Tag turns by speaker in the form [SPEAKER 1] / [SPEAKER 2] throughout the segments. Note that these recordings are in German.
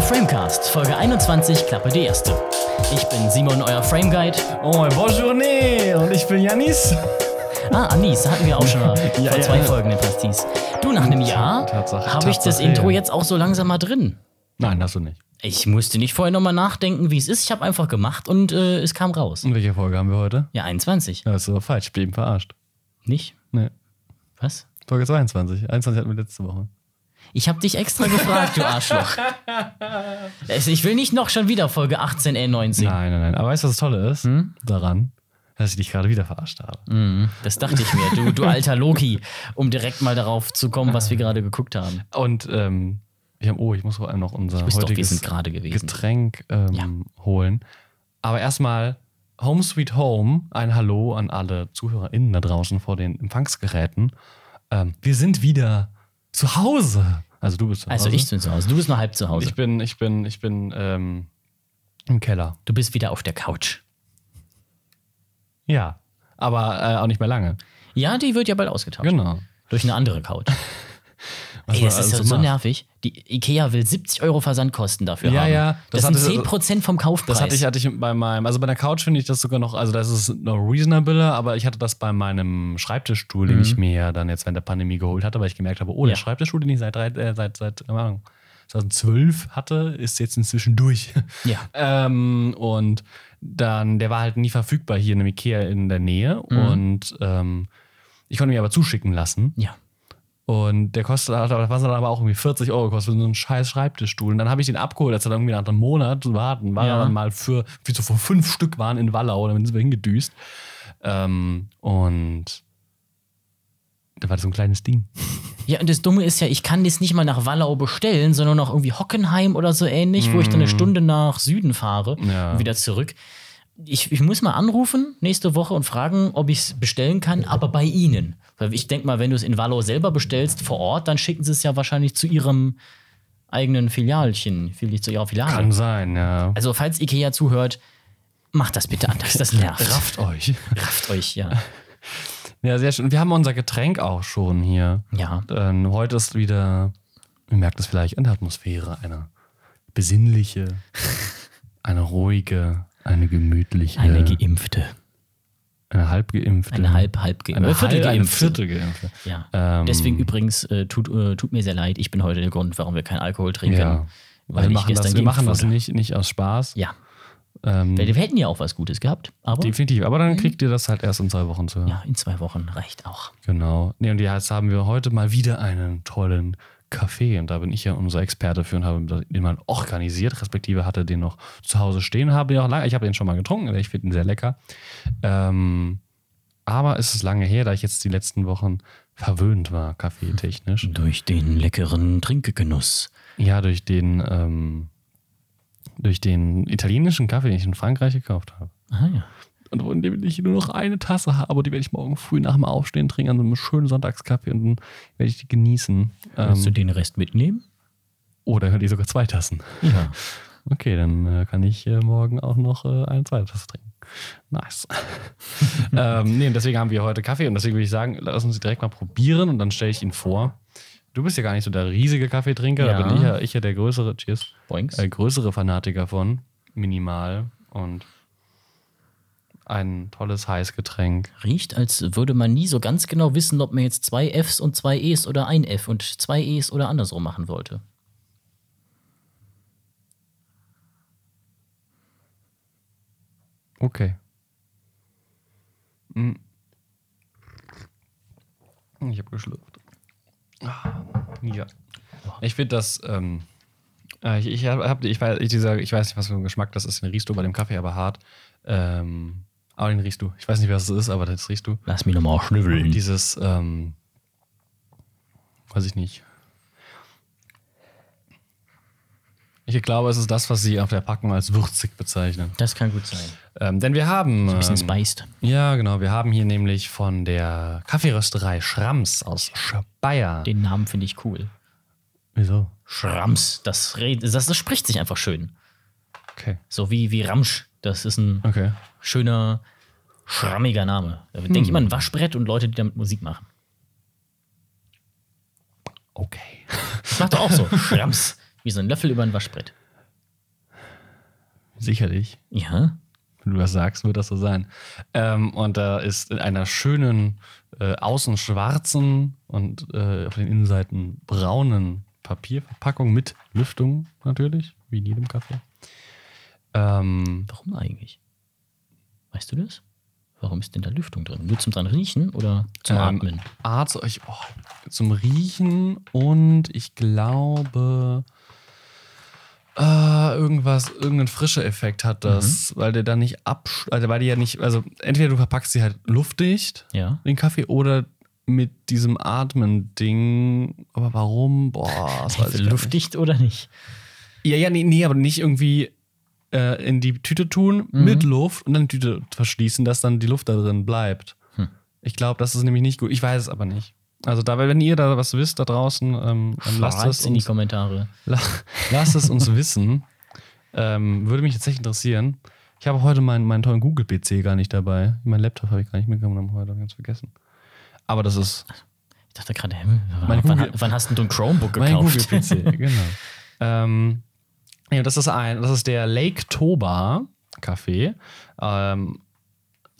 [SPEAKER 1] Framecast, Folge 21, Klappe die erste. Ich bin Simon, euer Frame Guide.
[SPEAKER 2] Oh, bonjournée! Und ich bin Janis.
[SPEAKER 1] Ah, Anis, hatten wir auch schon mal
[SPEAKER 2] Ja,
[SPEAKER 1] vor
[SPEAKER 2] ja,
[SPEAKER 1] zwei
[SPEAKER 2] ja.
[SPEAKER 1] Folgen den Pastis. Du, nach einem Jahr
[SPEAKER 2] Tatsache,
[SPEAKER 1] habe ich das
[SPEAKER 2] Tatsache,
[SPEAKER 1] Intro
[SPEAKER 2] ja.
[SPEAKER 1] jetzt auch so langsam mal drin.
[SPEAKER 2] Nein, hast du nicht.
[SPEAKER 1] Ich musste nicht vorher nochmal nachdenken, wie es ist. Ich habe einfach gemacht und äh, es kam raus.
[SPEAKER 2] Und welche Folge haben wir heute?
[SPEAKER 1] Ja, 21.
[SPEAKER 2] Das ist doch falsch, ich bin eben verarscht.
[SPEAKER 1] Nicht?
[SPEAKER 2] Nee.
[SPEAKER 1] Was?
[SPEAKER 2] Folge 22. 21 hatten wir letzte Woche.
[SPEAKER 1] Ich habe dich extra gefragt, du Arschloch. Also Ich will nicht noch schon wieder Folge 18, äh, 19.
[SPEAKER 2] Nein, nein, nein. Aber weißt du, was das Tolle ist?
[SPEAKER 1] Hm?
[SPEAKER 2] Daran, dass ich dich gerade wieder verarscht habe.
[SPEAKER 1] Das dachte ich mir, du, du alter Loki, um direkt mal darauf zu kommen, was wir gerade geguckt haben.
[SPEAKER 2] Und ähm, wir haben, oh, ich muss vor allem noch unser
[SPEAKER 1] wusste doch, wir
[SPEAKER 2] heutiges
[SPEAKER 1] sind gerade gewesen.
[SPEAKER 2] Getränk ähm, holen. Aber erstmal Home Sweet Home, ein Hallo an alle ZuhörerInnen da draußen vor den Empfangsgeräten. Ähm, wir sind wieder zu Hause. Also du bist zu
[SPEAKER 1] Also
[SPEAKER 2] Hause.
[SPEAKER 1] ich bin zu Hause, du bist nur halb zu Hause.
[SPEAKER 2] Ich bin, ich bin, ich bin ähm, im Keller.
[SPEAKER 1] Du bist wieder auf der Couch.
[SPEAKER 2] Ja. Aber äh, auch nicht mehr lange.
[SPEAKER 1] Ja, die wird ja bald ausgetauscht.
[SPEAKER 2] Genau.
[SPEAKER 1] Durch eine andere Couch.
[SPEAKER 2] Was
[SPEAKER 1] Ey,
[SPEAKER 2] man
[SPEAKER 1] das ist
[SPEAKER 2] also
[SPEAKER 1] ja so
[SPEAKER 2] macht.
[SPEAKER 1] nervig. Die Ikea will 70 Euro Versandkosten dafür
[SPEAKER 2] Ja,
[SPEAKER 1] haben.
[SPEAKER 2] ja,
[SPEAKER 1] Das,
[SPEAKER 2] das
[SPEAKER 1] sind
[SPEAKER 2] hatte-
[SPEAKER 1] 10% vom Kaufpreis.
[SPEAKER 2] Das hatte ich, hatte ich bei meinem, also bei der Couch finde ich das sogar noch, also das ist noch reasonable, aber ich hatte das bei meinem Schreibtischstuhl, den ich mir ja dann jetzt während der Pandemie geholt hatte, weil ich gemerkt habe, oh,
[SPEAKER 1] Ja.
[SPEAKER 2] der Schreibtischstuhl, den ich seit, drei, äh, seit, seit keine Ahnung, 2012 hatte, ist jetzt inzwischen durch.
[SPEAKER 1] Ja.
[SPEAKER 2] ähm, und dann, der war halt nie verfügbar hier in einem Ikea in der Nähe und ähm, ich konnte mir aber zuschicken lassen.
[SPEAKER 1] ja.
[SPEAKER 2] Und der kostet, hat aber- was hat aber auch irgendwie 40 Euro gekostet für so einen scheiß Schreibtischstuhl. Und dann habe ich den abgeholt, als er dann irgendwie nach einem Monat zu warten war,
[SPEAKER 1] Ja.
[SPEAKER 2] er dann mal für, wie so vor fünf Stück waren in Wallau, damit sind wir hingedüst. Ähm, und da war das so ein kleines Ding.
[SPEAKER 1] Ja, und das Dumme ist ja, ich kann das nicht mal nach Wallau bestellen, sondern nach irgendwie Hockenheim oder so ähnlich, wo ich dann eine Stunde nach Süden fahre
[SPEAKER 2] Mhm. Ja.
[SPEAKER 1] und wieder zurück. Ich, ich muss mal anrufen nächste Woche und fragen, ob ich es bestellen kann, aber bei Ihnen. Weil ich denke mal, wenn du es in Wallau selber bestellst, vor Ort, dann schicken sie es ja wahrscheinlich zu ihrem eigenen Filialchen, viel- zu ihrer Filiale.
[SPEAKER 2] Kann sein, ja.
[SPEAKER 1] Also, falls Ikea zuhört, macht das bitte anders. Das nervt.
[SPEAKER 2] Rafft euch.
[SPEAKER 1] Rafft euch, ja.
[SPEAKER 2] Ja, sehr schön. Wir haben unser Getränk auch schon hier.
[SPEAKER 1] Ja.
[SPEAKER 2] Ähm, heute ist wieder, ihr merkt es vielleicht, eine Atmosphäre, eine besinnliche, eine ruhige, eine gemütliche.
[SPEAKER 1] Eine Geimpfte.
[SPEAKER 2] Eine halbgeimpfte.
[SPEAKER 1] Eine halb, halb
[SPEAKER 2] Eine
[SPEAKER 1] geimpfte.
[SPEAKER 2] halb- eine
[SPEAKER 1] Viertelgeimpfte.
[SPEAKER 2] Viertelgeimpfte.
[SPEAKER 1] Ja.
[SPEAKER 2] Ähm,
[SPEAKER 1] Deswegen übrigens, äh, tut, äh, tut mir sehr leid, ich bin heute der Grund, warum wir keinen Alkohol trinken. Weil
[SPEAKER 2] Ja. wir
[SPEAKER 1] ich
[SPEAKER 2] Also machen,
[SPEAKER 1] gestern
[SPEAKER 2] das, wir
[SPEAKER 1] geimpft
[SPEAKER 2] machen das
[SPEAKER 1] wurde.
[SPEAKER 2] nicht, nicht aus Spaß.
[SPEAKER 1] Ja.
[SPEAKER 2] Ähm,
[SPEAKER 1] Wir, wir hätten ja auch was Gutes gehabt, aber
[SPEAKER 2] definitiv. Aber dann kriegt ihr das halt erst in zwei Wochen zu hören.
[SPEAKER 1] Mhm. ja, in zwei Wochen reicht auch.
[SPEAKER 2] Genau. Nee, und jetzt haben wir heute mal wieder einen tollen Kaffee. Und da bin ich ja unser Experte für und habe den mal organisiert, respektive hatte den noch zu Hause stehen. Habe ihn auch lange, ich habe den schon mal getrunken, aber ich finde ihn sehr lecker. Ähm, aber es ist lange her, da ich jetzt die letzten Wochen verwöhnt war, kaffeetechnisch.
[SPEAKER 1] Durch den leckeren Trinkgenuss.
[SPEAKER 2] Ja, durch den, ähm, durch den italienischen Kaffee, den ich in Frankreich gekauft habe.
[SPEAKER 1] Ah ja.
[SPEAKER 2] Und von dem ich nur noch eine Tasse habe, aber die werde ich morgen früh nach dem Aufstehen trinken, an so einem schönen Sonntagskaffee und dann werde ich die genießen.
[SPEAKER 1] Willst
[SPEAKER 2] Ähm,
[SPEAKER 1] du den Rest mitnehmen?
[SPEAKER 2] oder könnte ich sogar zwei Tassen.
[SPEAKER 1] Ja.
[SPEAKER 2] Okay, dann äh, kann ich äh, morgen auch noch äh, eine zweite Tasse trinken. Nice. ähm, nee, und deswegen haben wir heute Kaffee und deswegen würde ich sagen, lass uns die direkt mal probieren und dann stelle ich ihn vor. Du bist ja gar nicht so der riesige Kaffeetrinker,
[SPEAKER 1] Ja.
[SPEAKER 2] da bin ich ja, ich ja der größere. Cheers.
[SPEAKER 1] Boings.
[SPEAKER 2] Äh, größere Fanatiker von, minimal und ein tolles Heißgetränk.
[SPEAKER 1] Riecht, als würde man nie so ganz genau wissen, ob man jetzt zwei Fs und zwei Es oder ein F und zwei Es oder andersrum machen wollte.
[SPEAKER 2] Okay. Mm. Ich habe geschlürft. Ah, Ja. Ich finde das. Ähm, äh, ich, ich, hab, hab- ich, weiß, ich, dieser, ich weiß nicht, was für ein Geschmack das ist. Den riechst du bei dem Kaffee aber hart. Ähm, aber den riechst du. Ich weiß nicht, was es ist, aber das riechst du.
[SPEAKER 1] Lass mich nochmal schnüffeln.
[SPEAKER 2] Dieses. Ähm, weiß ich nicht. Ich glaube, es ist das, was sie auf der Packung als würzig bezeichnen.
[SPEAKER 1] Das kann gut sein.
[SPEAKER 2] Ähm, denn wir haben.
[SPEAKER 1] Ein bisschen
[SPEAKER 2] ähm,
[SPEAKER 1] spiced.
[SPEAKER 2] ja, genau. Wir haben hier nämlich von der Kaffeerösterei Schramms aus Speyer.
[SPEAKER 1] Den Namen finde ich cool.
[SPEAKER 2] Wieso?
[SPEAKER 1] Schramms, das, red, das, das spricht sich einfach schön.
[SPEAKER 2] Okay.
[SPEAKER 1] So wie, wie Ramsch. Das ist ein
[SPEAKER 2] Okay.
[SPEAKER 1] schöner, schrammiger Name. Da denke ich
[SPEAKER 2] Hm.
[SPEAKER 1] immer an Waschbrett und Leute, die damit Musik machen.
[SPEAKER 2] Okay.
[SPEAKER 1] Das macht doch auch so. Schrams. Wie so ein Löffel über ein Waschbrett.
[SPEAKER 2] Sicherlich.
[SPEAKER 1] Ja.
[SPEAKER 2] Wenn du das sagst, wird das so sein. Ähm, und da ist in einer schönen, äh, außen schwarzen und äh, auf den Innenseiten braunen Papierverpackung mit Lüftung natürlich, wie in jedem Kaffee. Ähm,
[SPEAKER 1] Warum eigentlich? Weißt du das? Warum ist denn da Lüftung drin? Nur zum dran riechen oder zum
[SPEAKER 2] Ähm,
[SPEAKER 1] Atmen?
[SPEAKER 2] Arzt, ich, oh, zum Riechen und ich glaube, äh, irgendwas, irgendein frischer Effekt hat das, weil der dann nicht ab, also weil die ja nicht, also entweder du verpackst sie halt luftdicht,
[SPEAKER 1] Ja.
[SPEAKER 2] den Kaffee, oder mit diesem Atmen-Ding, aber warum? Boah, das weiß ich gar nicht.
[SPEAKER 1] Luftdicht oder nicht?
[SPEAKER 2] Ja, ja, nee, nee, aber nicht irgendwie äh, in die Tüte tun mit Luft und dann die Tüte verschließen, dass dann die Luft da drin bleibt. Ich glaube, das ist nämlich nicht gut. Ich weiß es aber nicht. Also dabei, wenn ihr da was wisst da draußen, ähm, dann lasst
[SPEAKER 1] Schreibt's
[SPEAKER 2] es
[SPEAKER 1] in die
[SPEAKER 2] uns,
[SPEAKER 1] Kommentare.
[SPEAKER 2] la, lasst es uns wissen. Ähm, würde mich tatsächlich interessieren. Ich habe heute meinen, meinen tollen Google-PC gar nicht dabei. Mein Laptop habe ich gar nicht mitgenommen heute, habe ich ganz vergessen. Aber das ist
[SPEAKER 1] Ich dachte gerade, hm,
[SPEAKER 2] Mein
[SPEAKER 1] wann, wann,
[SPEAKER 2] Google-
[SPEAKER 1] wann hast denn du ein Chromebook
[SPEAKER 2] mein
[SPEAKER 1] gekauft?
[SPEAKER 2] Google-PC, genau. ähm, ja, das ist ein, das ist der Lake Toba Café. Ähm,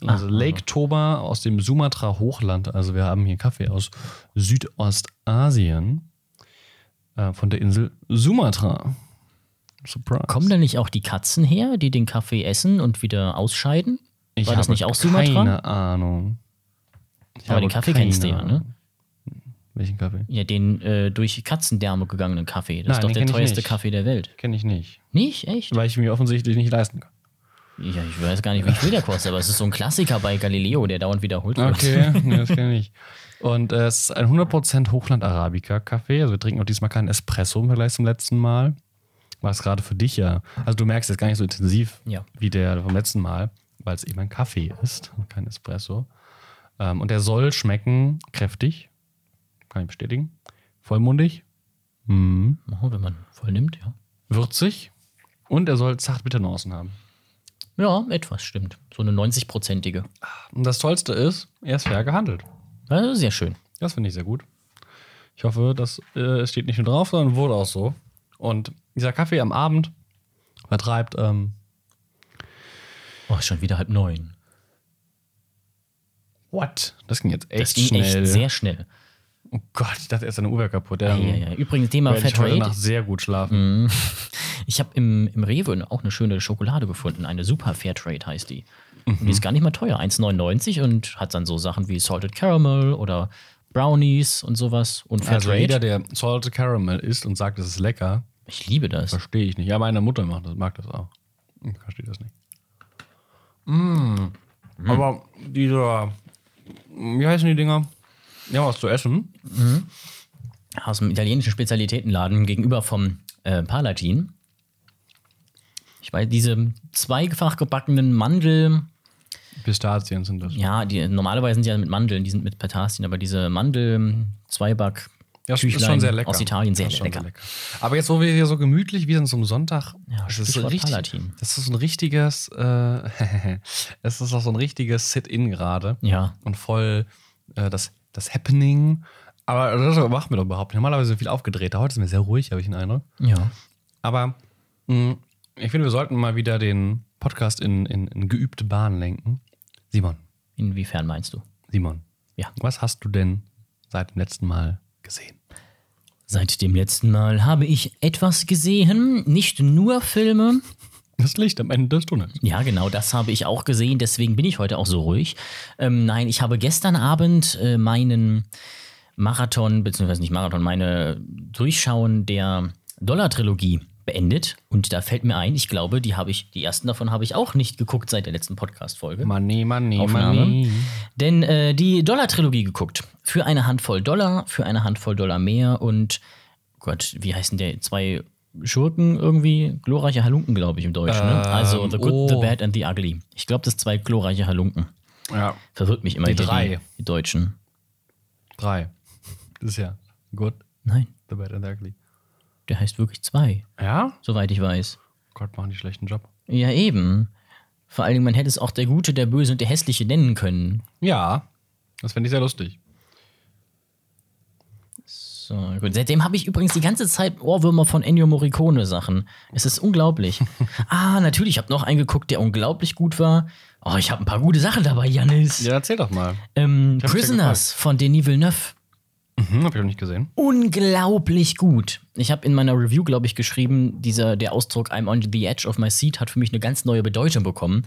[SPEAKER 2] also
[SPEAKER 1] Ah,
[SPEAKER 2] Lake Toba aus dem Sumatra-Hochland. Also wir haben hier Kaffee aus Südostasien äh, von der Insel Sumatra. Surprise.
[SPEAKER 1] Kommen da nicht auch die Katzen her, die den Kaffee essen und wieder ausscheiden?
[SPEAKER 2] ich
[SPEAKER 1] war das
[SPEAKER 2] habe
[SPEAKER 1] nicht auch Sumatra?
[SPEAKER 2] Keine Ahnung. Ich
[SPEAKER 1] Aber den
[SPEAKER 2] habe
[SPEAKER 1] Kaffee
[SPEAKER 2] keine
[SPEAKER 1] kennst du ja, ne?
[SPEAKER 2] Ahnung. Welchen Kaffee?
[SPEAKER 1] Ja, den äh, durch Katzendärme gegangenen Kaffee. Das
[SPEAKER 2] Nein,
[SPEAKER 1] ist doch
[SPEAKER 2] den
[SPEAKER 1] der
[SPEAKER 2] kenn ich
[SPEAKER 1] teuerste
[SPEAKER 2] nicht.
[SPEAKER 1] Kaffee der Welt.
[SPEAKER 2] Kenne ich nicht.
[SPEAKER 1] Nicht? Echt?
[SPEAKER 2] Weil ich mir offensichtlich nicht leisten kann.
[SPEAKER 1] Ja, ich weiß gar nicht, wie viel der kostet, aber es ist so ein Klassiker bei Galileo, der dauernd wiederholt wird.
[SPEAKER 2] Okay, nee, das kenne ich. Und äh, es ist ein 100% Hochland Arabica Kaffee. Also wir trinken auch diesmal keinen Espresso im Vergleich zum letzten Mal. War es gerade für dich ja. Also du merkst jetzt gar nicht so intensiv
[SPEAKER 1] Ja.
[SPEAKER 2] wie der vom letzten Mal, weil es eben ein Kaffee ist und kein Espresso. Ähm, und der soll schmecken kräftig. Kann ich bestätigen. Vollmundig. Mhm.
[SPEAKER 1] Oh, wenn man voll nimmt, ja.
[SPEAKER 2] Würzig. Und er soll zart bitter Nuancen haben.
[SPEAKER 1] Ja, etwas stimmt. So eine 90-prozentige.
[SPEAKER 2] Und das Tollste ist, er ist fair gehandelt.
[SPEAKER 1] Ja, Das ist sehr schön.
[SPEAKER 2] Das finde ich sehr gut. Ich hoffe, das äh, steht nicht nur drauf, sondern wurde auch so. Und dieser Kaffee am Abend vertreibt, ähm,
[SPEAKER 1] Oh, ist schon wieder halb neun.
[SPEAKER 2] what? Das ging jetzt echt
[SPEAKER 1] Das ging
[SPEAKER 2] schnell.
[SPEAKER 1] echt sehr schnell.
[SPEAKER 2] oh Gott, ich dachte, er ist eine Uhr kaputt. Ja,
[SPEAKER 1] Ja, ja. Übrigens, Thema
[SPEAKER 2] werde ich heute
[SPEAKER 1] Fairtrade.
[SPEAKER 2] Nacht sehr gut
[SPEAKER 1] Mm,
[SPEAKER 2] schlafen.
[SPEAKER 1] Ich habe im, im Rewe auch eine schöne Schokolade gefunden. Eine Super Fairtrade heißt die. Und die
[SPEAKER 2] Mhm.
[SPEAKER 1] ist gar nicht mal teuer. 1,99 und hat dann so Sachen wie Salted Caramel oder Brownies und sowas. Und
[SPEAKER 2] Also
[SPEAKER 1] Fairtrade.
[SPEAKER 2] jeder, der Salted Caramel isst und sagt, es ist lecker,
[SPEAKER 1] ich liebe das.
[SPEAKER 2] verstehe ich nicht. Ja, meine Mutter macht das, mag das auch. Ich verstehe das nicht. Mm. Aber dieser, wie heißen die Dinger? Ja, was zu essen.
[SPEAKER 1] Aus dem italienischen Spezialitätenladen gegenüber vom äh, Palatin. Ich weiß, diese zweifach gebackenen Mandel.
[SPEAKER 2] Pistazien sind das.
[SPEAKER 1] Ja, die normalerweise sind die ja mit Mandeln, die sind mit Pistazien, aber diese Mandel, Zweiback,
[SPEAKER 2] Ja, ist- ist
[SPEAKER 1] Küchlein
[SPEAKER 2] schon sehr lecker.
[SPEAKER 1] aus Italien, sehr,
[SPEAKER 2] Ist
[SPEAKER 1] sehr
[SPEAKER 2] schon
[SPEAKER 1] lecker.
[SPEAKER 2] Aber jetzt, wo wir hier so gemütlich, wie sind so am Sonntag,
[SPEAKER 1] Ja,
[SPEAKER 2] das, ist so
[SPEAKER 1] Stichwort
[SPEAKER 2] richtig,
[SPEAKER 1] Palatin.
[SPEAKER 2] das ist so ein richtiges, äh, es ist auch so ein richtiges Sit-In gerade
[SPEAKER 1] Ja.
[SPEAKER 2] und voll äh, das, das Happening. Aber das machen wir doch überhaupt nicht. Normalerweise sind wir viel aufgedrehter. Heute sind wir sehr ruhig, habe ich den Eindruck.
[SPEAKER 1] Ja.
[SPEAKER 2] Aber mh, ich finde, wir sollten mal wieder den Podcast in, in, in geübte Bahn lenken. Simon,
[SPEAKER 1] Inwiefern meinst du?
[SPEAKER 2] Simon,
[SPEAKER 1] Ja.
[SPEAKER 2] was hast du denn seit dem letzten Mal gesehen?
[SPEAKER 1] Seit dem letzten Mal habe ich etwas gesehen, nicht nur Filme.
[SPEAKER 2] Das Licht am Ende des Tunnels.
[SPEAKER 1] Ja, genau, das habe ich auch gesehen, deswegen bin ich heute auch so ruhig. Ähm, nein, ich habe gestern Abend äh, meinen Marathon, beziehungsweise nicht Marathon, meine Durchschauen der Dollar-Trilogie beendet. Und da fällt mir ein, ich glaube, die habe ich, die ersten davon habe ich auch nicht geguckt seit der letzten Podcast-Folge.
[SPEAKER 2] Money, money,
[SPEAKER 1] Aufnahme.
[SPEAKER 2] money.
[SPEAKER 1] Denn äh, die Dollar-Trilogie geguckt. Für eine Handvoll Dollar, für eine Handvoll Dollar mehr und Gott, wie heißen der? Zwei Schurken irgendwie? Glorreiche Halunken, glaube ich, im Deutschen. ne? Also The Good, The
[SPEAKER 2] oh.
[SPEAKER 1] Bad and The Ugly. Ich glaube, das sind zwei glorreiche Halunken.
[SPEAKER 2] Ja,
[SPEAKER 1] Verwirrt mich immer
[SPEAKER 2] Die
[SPEAKER 1] hier
[SPEAKER 2] drei.
[SPEAKER 1] Die, die Deutschen.
[SPEAKER 2] drei. Das ist ja gut.
[SPEAKER 1] Nein,
[SPEAKER 2] The Bad and the Ugly.
[SPEAKER 1] der heißt wirklich zwei,
[SPEAKER 2] Ja?
[SPEAKER 1] soweit ich weiß.
[SPEAKER 2] Gott, machen die schlechten Job.
[SPEAKER 1] Ja, eben. Vor allen Dingen, man hätte es auch der Gute, der Böse und der Hässliche nennen können.
[SPEAKER 2] Ja, das fände ich sehr lustig.
[SPEAKER 1] So, gut. Seitdem habe ich übrigens die ganze Zeit Ohrwürmer von Ennio Morricone Sachen. Es ist unglaublich. ah, natürlich, ich habe noch einen geguckt, der unglaublich gut war. Oh, ich habe ein paar gute Sachen dabei, Janis.
[SPEAKER 2] Ja, erzähl doch mal.
[SPEAKER 1] Ähm,
[SPEAKER 2] Ich hab's ja
[SPEAKER 1] Prisoners von Denis Villeneuve.
[SPEAKER 2] Mhm, hab ich noch nicht gesehen.
[SPEAKER 1] Unglaublich gut. Ich habe in meiner Review, glaube ich, geschrieben, dieser, der Ausdruck I'm on the edge of my seat hat für mich eine ganz neue Bedeutung bekommen.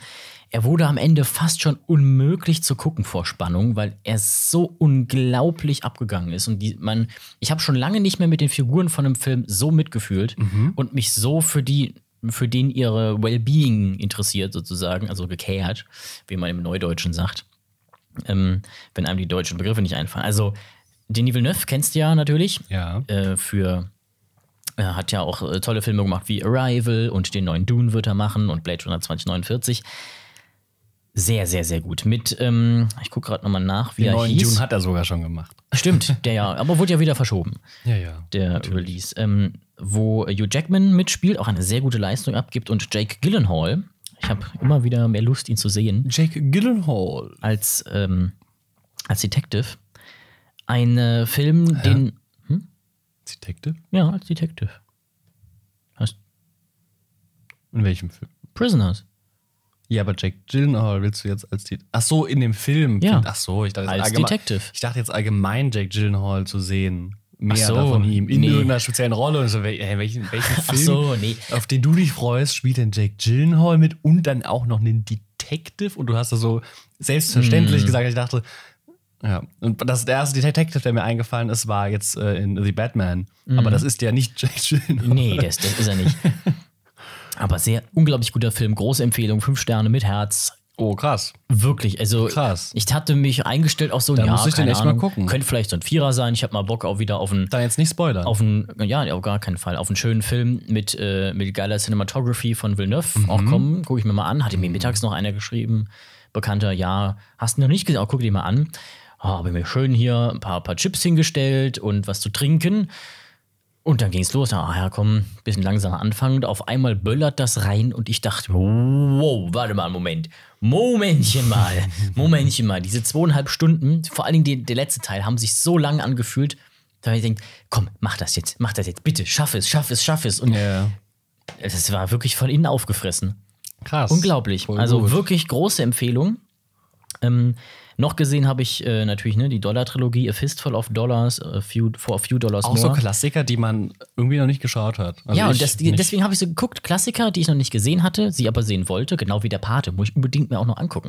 [SPEAKER 1] Er wurde am Ende fast schon unmöglich zu gucken vor Spannung, weil er so unglaublich abgegangen ist. Und die, man, ich habe schon lange nicht mehr mit den Figuren von einem Film so mitgefühlt und mich so für die für den ihre Wellbeing interessiert, sozusagen, also gekehrt, wie man im Neudeutschen sagt ähm, wenn einem die deutschen Begriffe nicht einfallen. Also, Denis Villeneuve kennst du ja natürlich.
[SPEAKER 2] Ja.
[SPEAKER 1] Äh, für er hat ja auch äh, tolle Filme gemacht wie Arrival und den neuen Dune wird er machen und Blade Runner 2049. Sehr, sehr, sehr gut. Mit, ähm, ich gucke gerade nochmal nach, wie
[SPEAKER 2] Den
[SPEAKER 1] er
[SPEAKER 2] neuen
[SPEAKER 1] hieß.
[SPEAKER 2] Dune hat er sogar schon gemacht.
[SPEAKER 1] Stimmt, der ja, aber wurde ja wieder verschoben
[SPEAKER 2] Ja, ja.
[SPEAKER 1] der Release, ähm, wo Hugh Jackman mitspielt, auch eine sehr gute Leistung abgibt und Jake Gyllenhaal. Ich habe immer wieder mehr Lust, ihn zu sehen
[SPEAKER 2] Jake Gyllenhaal.
[SPEAKER 1] als, ähm, als Detective. Ein äh, Film, den.
[SPEAKER 2] Detective?
[SPEAKER 1] Ja, als Detective. Hast
[SPEAKER 2] In welchem Film?
[SPEAKER 1] Prisoners.
[SPEAKER 2] Ja, aber Jake Gyllenhaal willst du jetzt als die. Ach so, in dem Film.
[SPEAKER 1] Ja.
[SPEAKER 2] Ach so, ich dachte, jetzt
[SPEAKER 1] Als
[SPEAKER 2] allgemein-
[SPEAKER 1] Detective.
[SPEAKER 2] Ich dachte jetzt allgemein Jake Gyllenhaal zu sehen. Mehr
[SPEAKER 1] so,
[SPEAKER 2] davon ihm. In
[SPEAKER 1] nee.
[SPEAKER 2] irgendeiner speziellen Rolle. Und so, wel- hä, welchen, welchen
[SPEAKER 1] Ach
[SPEAKER 2] Film,
[SPEAKER 1] so, nee.
[SPEAKER 2] auf den du dich freust, spielt denn Jake Gyllenhaal mit und dann auch noch einen Detective? Und du hast das so selbstverständlich
[SPEAKER 1] Hm.
[SPEAKER 2] gesagt. Ich dachte, ja. Und das, der erste Detective, der mir eingefallen ist, war jetzt äh, in The Batman. Aber das ist ja nicht Jake Gyllenhaal.
[SPEAKER 1] Hm. Nee, das, das ist er nicht. Aber sehr unglaublich guter Film, große Empfehlung, fünf Sterne mit Herz.
[SPEAKER 2] Oh, krass.
[SPEAKER 1] Wirklich, also
[SPEAKER 2] Krass.
[SPEAKER 1] ich hatte mich eingestellt auf so ein
[SPEAKER 2] Da
[SPEAKER 1] ja,
[SPEAKER 2] muss ich den
[SPEAKER 1] keine
[SPEAKER 2] echt mal
[SPEAKER 1] Ahnung,
[SPEAKER 2] gucken.
[SPEAKER 1] Könnte vielleicht so ein Vierer sein. Ich habe mal Bock auch wieder auf einen
[SPEAKER 2] Dann jetzt nicht spoilern.
[SPEAKER 1] auf einen, ja, auf gar keinen Fall, auf einen schönen Film mit, äh, mit geiler Cinematography von Villeneuve
[SPEAKER 2] Mhm.
[SPEAKER 1] auch kommen. Gucke ich mir mal an. Hatte mir mittags noch einer geschrieben, bekannter, ja, hast du noch nicht gesehen, aber guck dir mal an. Oh, Habe mir schön hier ein paar, paar Chips hingestellt und was zu trinken. Und dann ging es los. Ah ja, komm, bisschen langsamer anfangen. Und auf einmal böllert das rein und ich dachte, wow, warte mal, Moment. Momentchen mal. Momentchen mal. Diese zweieinhalb Stunden, vor allen Dingen die, der letzte Teil, haben sich so lang angefühlt, da habe ich gedacht, komm, mach das jetzt, mach das jetzt, bitte, schaff es, schaff es, schaff es. Und
[SPEAKER 2] ja.
[SPEAKER 1] es war wirklich von innen aufgefressen.
[SPEAKER 2] Krass.
[SPEAKER 1] Unglaublich.
[SPEAKER 2] Voll
[SPEAKER 1] also
[SPEAKER 2] gut.
[SPEAKER 1] wirklich große Empfehlung. Ähm, noch gesehen habe ich äh, natürlich ne, die Dollar-Trilogie, A Fistful of Dollars, a few, for a few dollars
[SPEAKER 2] Auch
[SPEAKER 1] more.
[SPEAKER 2] so Klassiker, die man irgendwie noch nicht geschaut hat. Also
[SPEAKER 1] ja,
[SPEAKER 2] ich
[SPEAKER 1] und das,
[SPEAKER 2] nicht.
[SPEAKER 1] deswegen habe ich so geguckt, Klassiker, die ich noch nicht gesehen hatte, sie aber sehen wollte, genau wie der Pate, muss ich unbedingt mir auch noch angucken.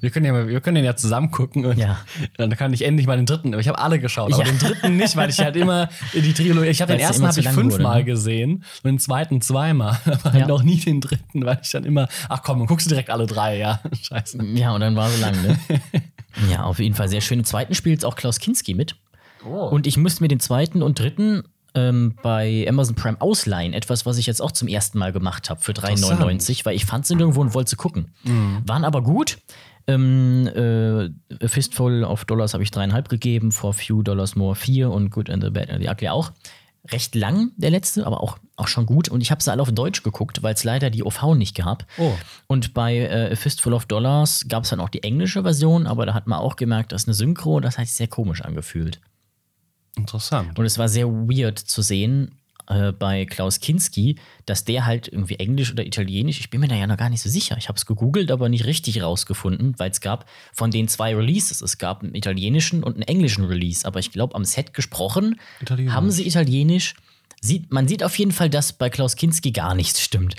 [SPEAKER 2] Wir können, ja, mal- wir können den ja zusammen gucken und
[SPEAKER 1] Ja.
[SPEAKER 2] dann kann ich endlich mal den dritten. Ich habe alle geschaut, aber
[SPEAKER 1] Ja.
[SPEAKER 2] den dritten nicht, weil ich halt immer in die Trilogie. Ich habe den
[SPEAKER 1] Weil's
[SPEAKER 2] ersten
[SPEAKER 1] immer
[SPEAKER 2] habe
[SPEAKER 1] zu
[SPEAKER 2] ich
[SPEAKER 1] lang
[SPEAKER 2] fünfmal
[SPEAKER 1] wurde, ne?
[SPEAKER 2] gesehen und den zweiten zweimal, aber halt
[SPEAKER 1] Ja.
[SPEAKER 2] auch nie den dritten, weil ich dann immer, ach komm, dann guckst du direkt alle drei, ja. Scheiße.
[SPEAKER 1] Ja, und dann war so lang, ne? ja, auf jeden Fall sehr schön. Im zweiten spielt auch Klaus Kinski mit. Und ich müsste mir den zweiten und dritten ähm, bei Amazon Prime ausleihen. Etwas, was ich jetzt auch zum ersten Mal gemacht habe für 3,99, weil ich fand sie nirgendwo und wollte sie gucken. Waren aber gut. Ähm, äh, A Fistful of Dollars habe ich dreieinhalb gegeben, For Few Dollars More vier und Good and the Bad and the Ugly auch. Recht lang, der letzte, aber auch, auch schon gut. Und ich habe sie alle auf Deutsch geguckt, weil es leider die OV nicht gab.
[SPEAKER 2] Oh.
[SPEAKER 1] Und bei äh, A Fistful of Dollars gab es dann auch die englische Version, aber da hat man auch gemerkt, das ist eine Synchro, das hat sich sehr komisch angefühlt.
[SPEAKER 2] Interessant.
[SPEAKER 1] Und es war sehr weird zu sehen äh, bei Klaus Kinski, dass der halt irgendwie Englisch oder Italienisch, ich bin mir da ja noch gar nicht so sicher. Ich habe es gegoogelt, aber nicht richtig rausgefunden, weil es gab von den zwei Releases, es gab einen italienischen und einen englischen Release, aber ich glaube, am Set gesprochen
[SPEAKER 2] Italienisch.
[SPEAKER 1] haben sie Italienisch. Sieht, man sieht auf jeden Fall, dass bei Klaus Kinski gar nichts stimmt.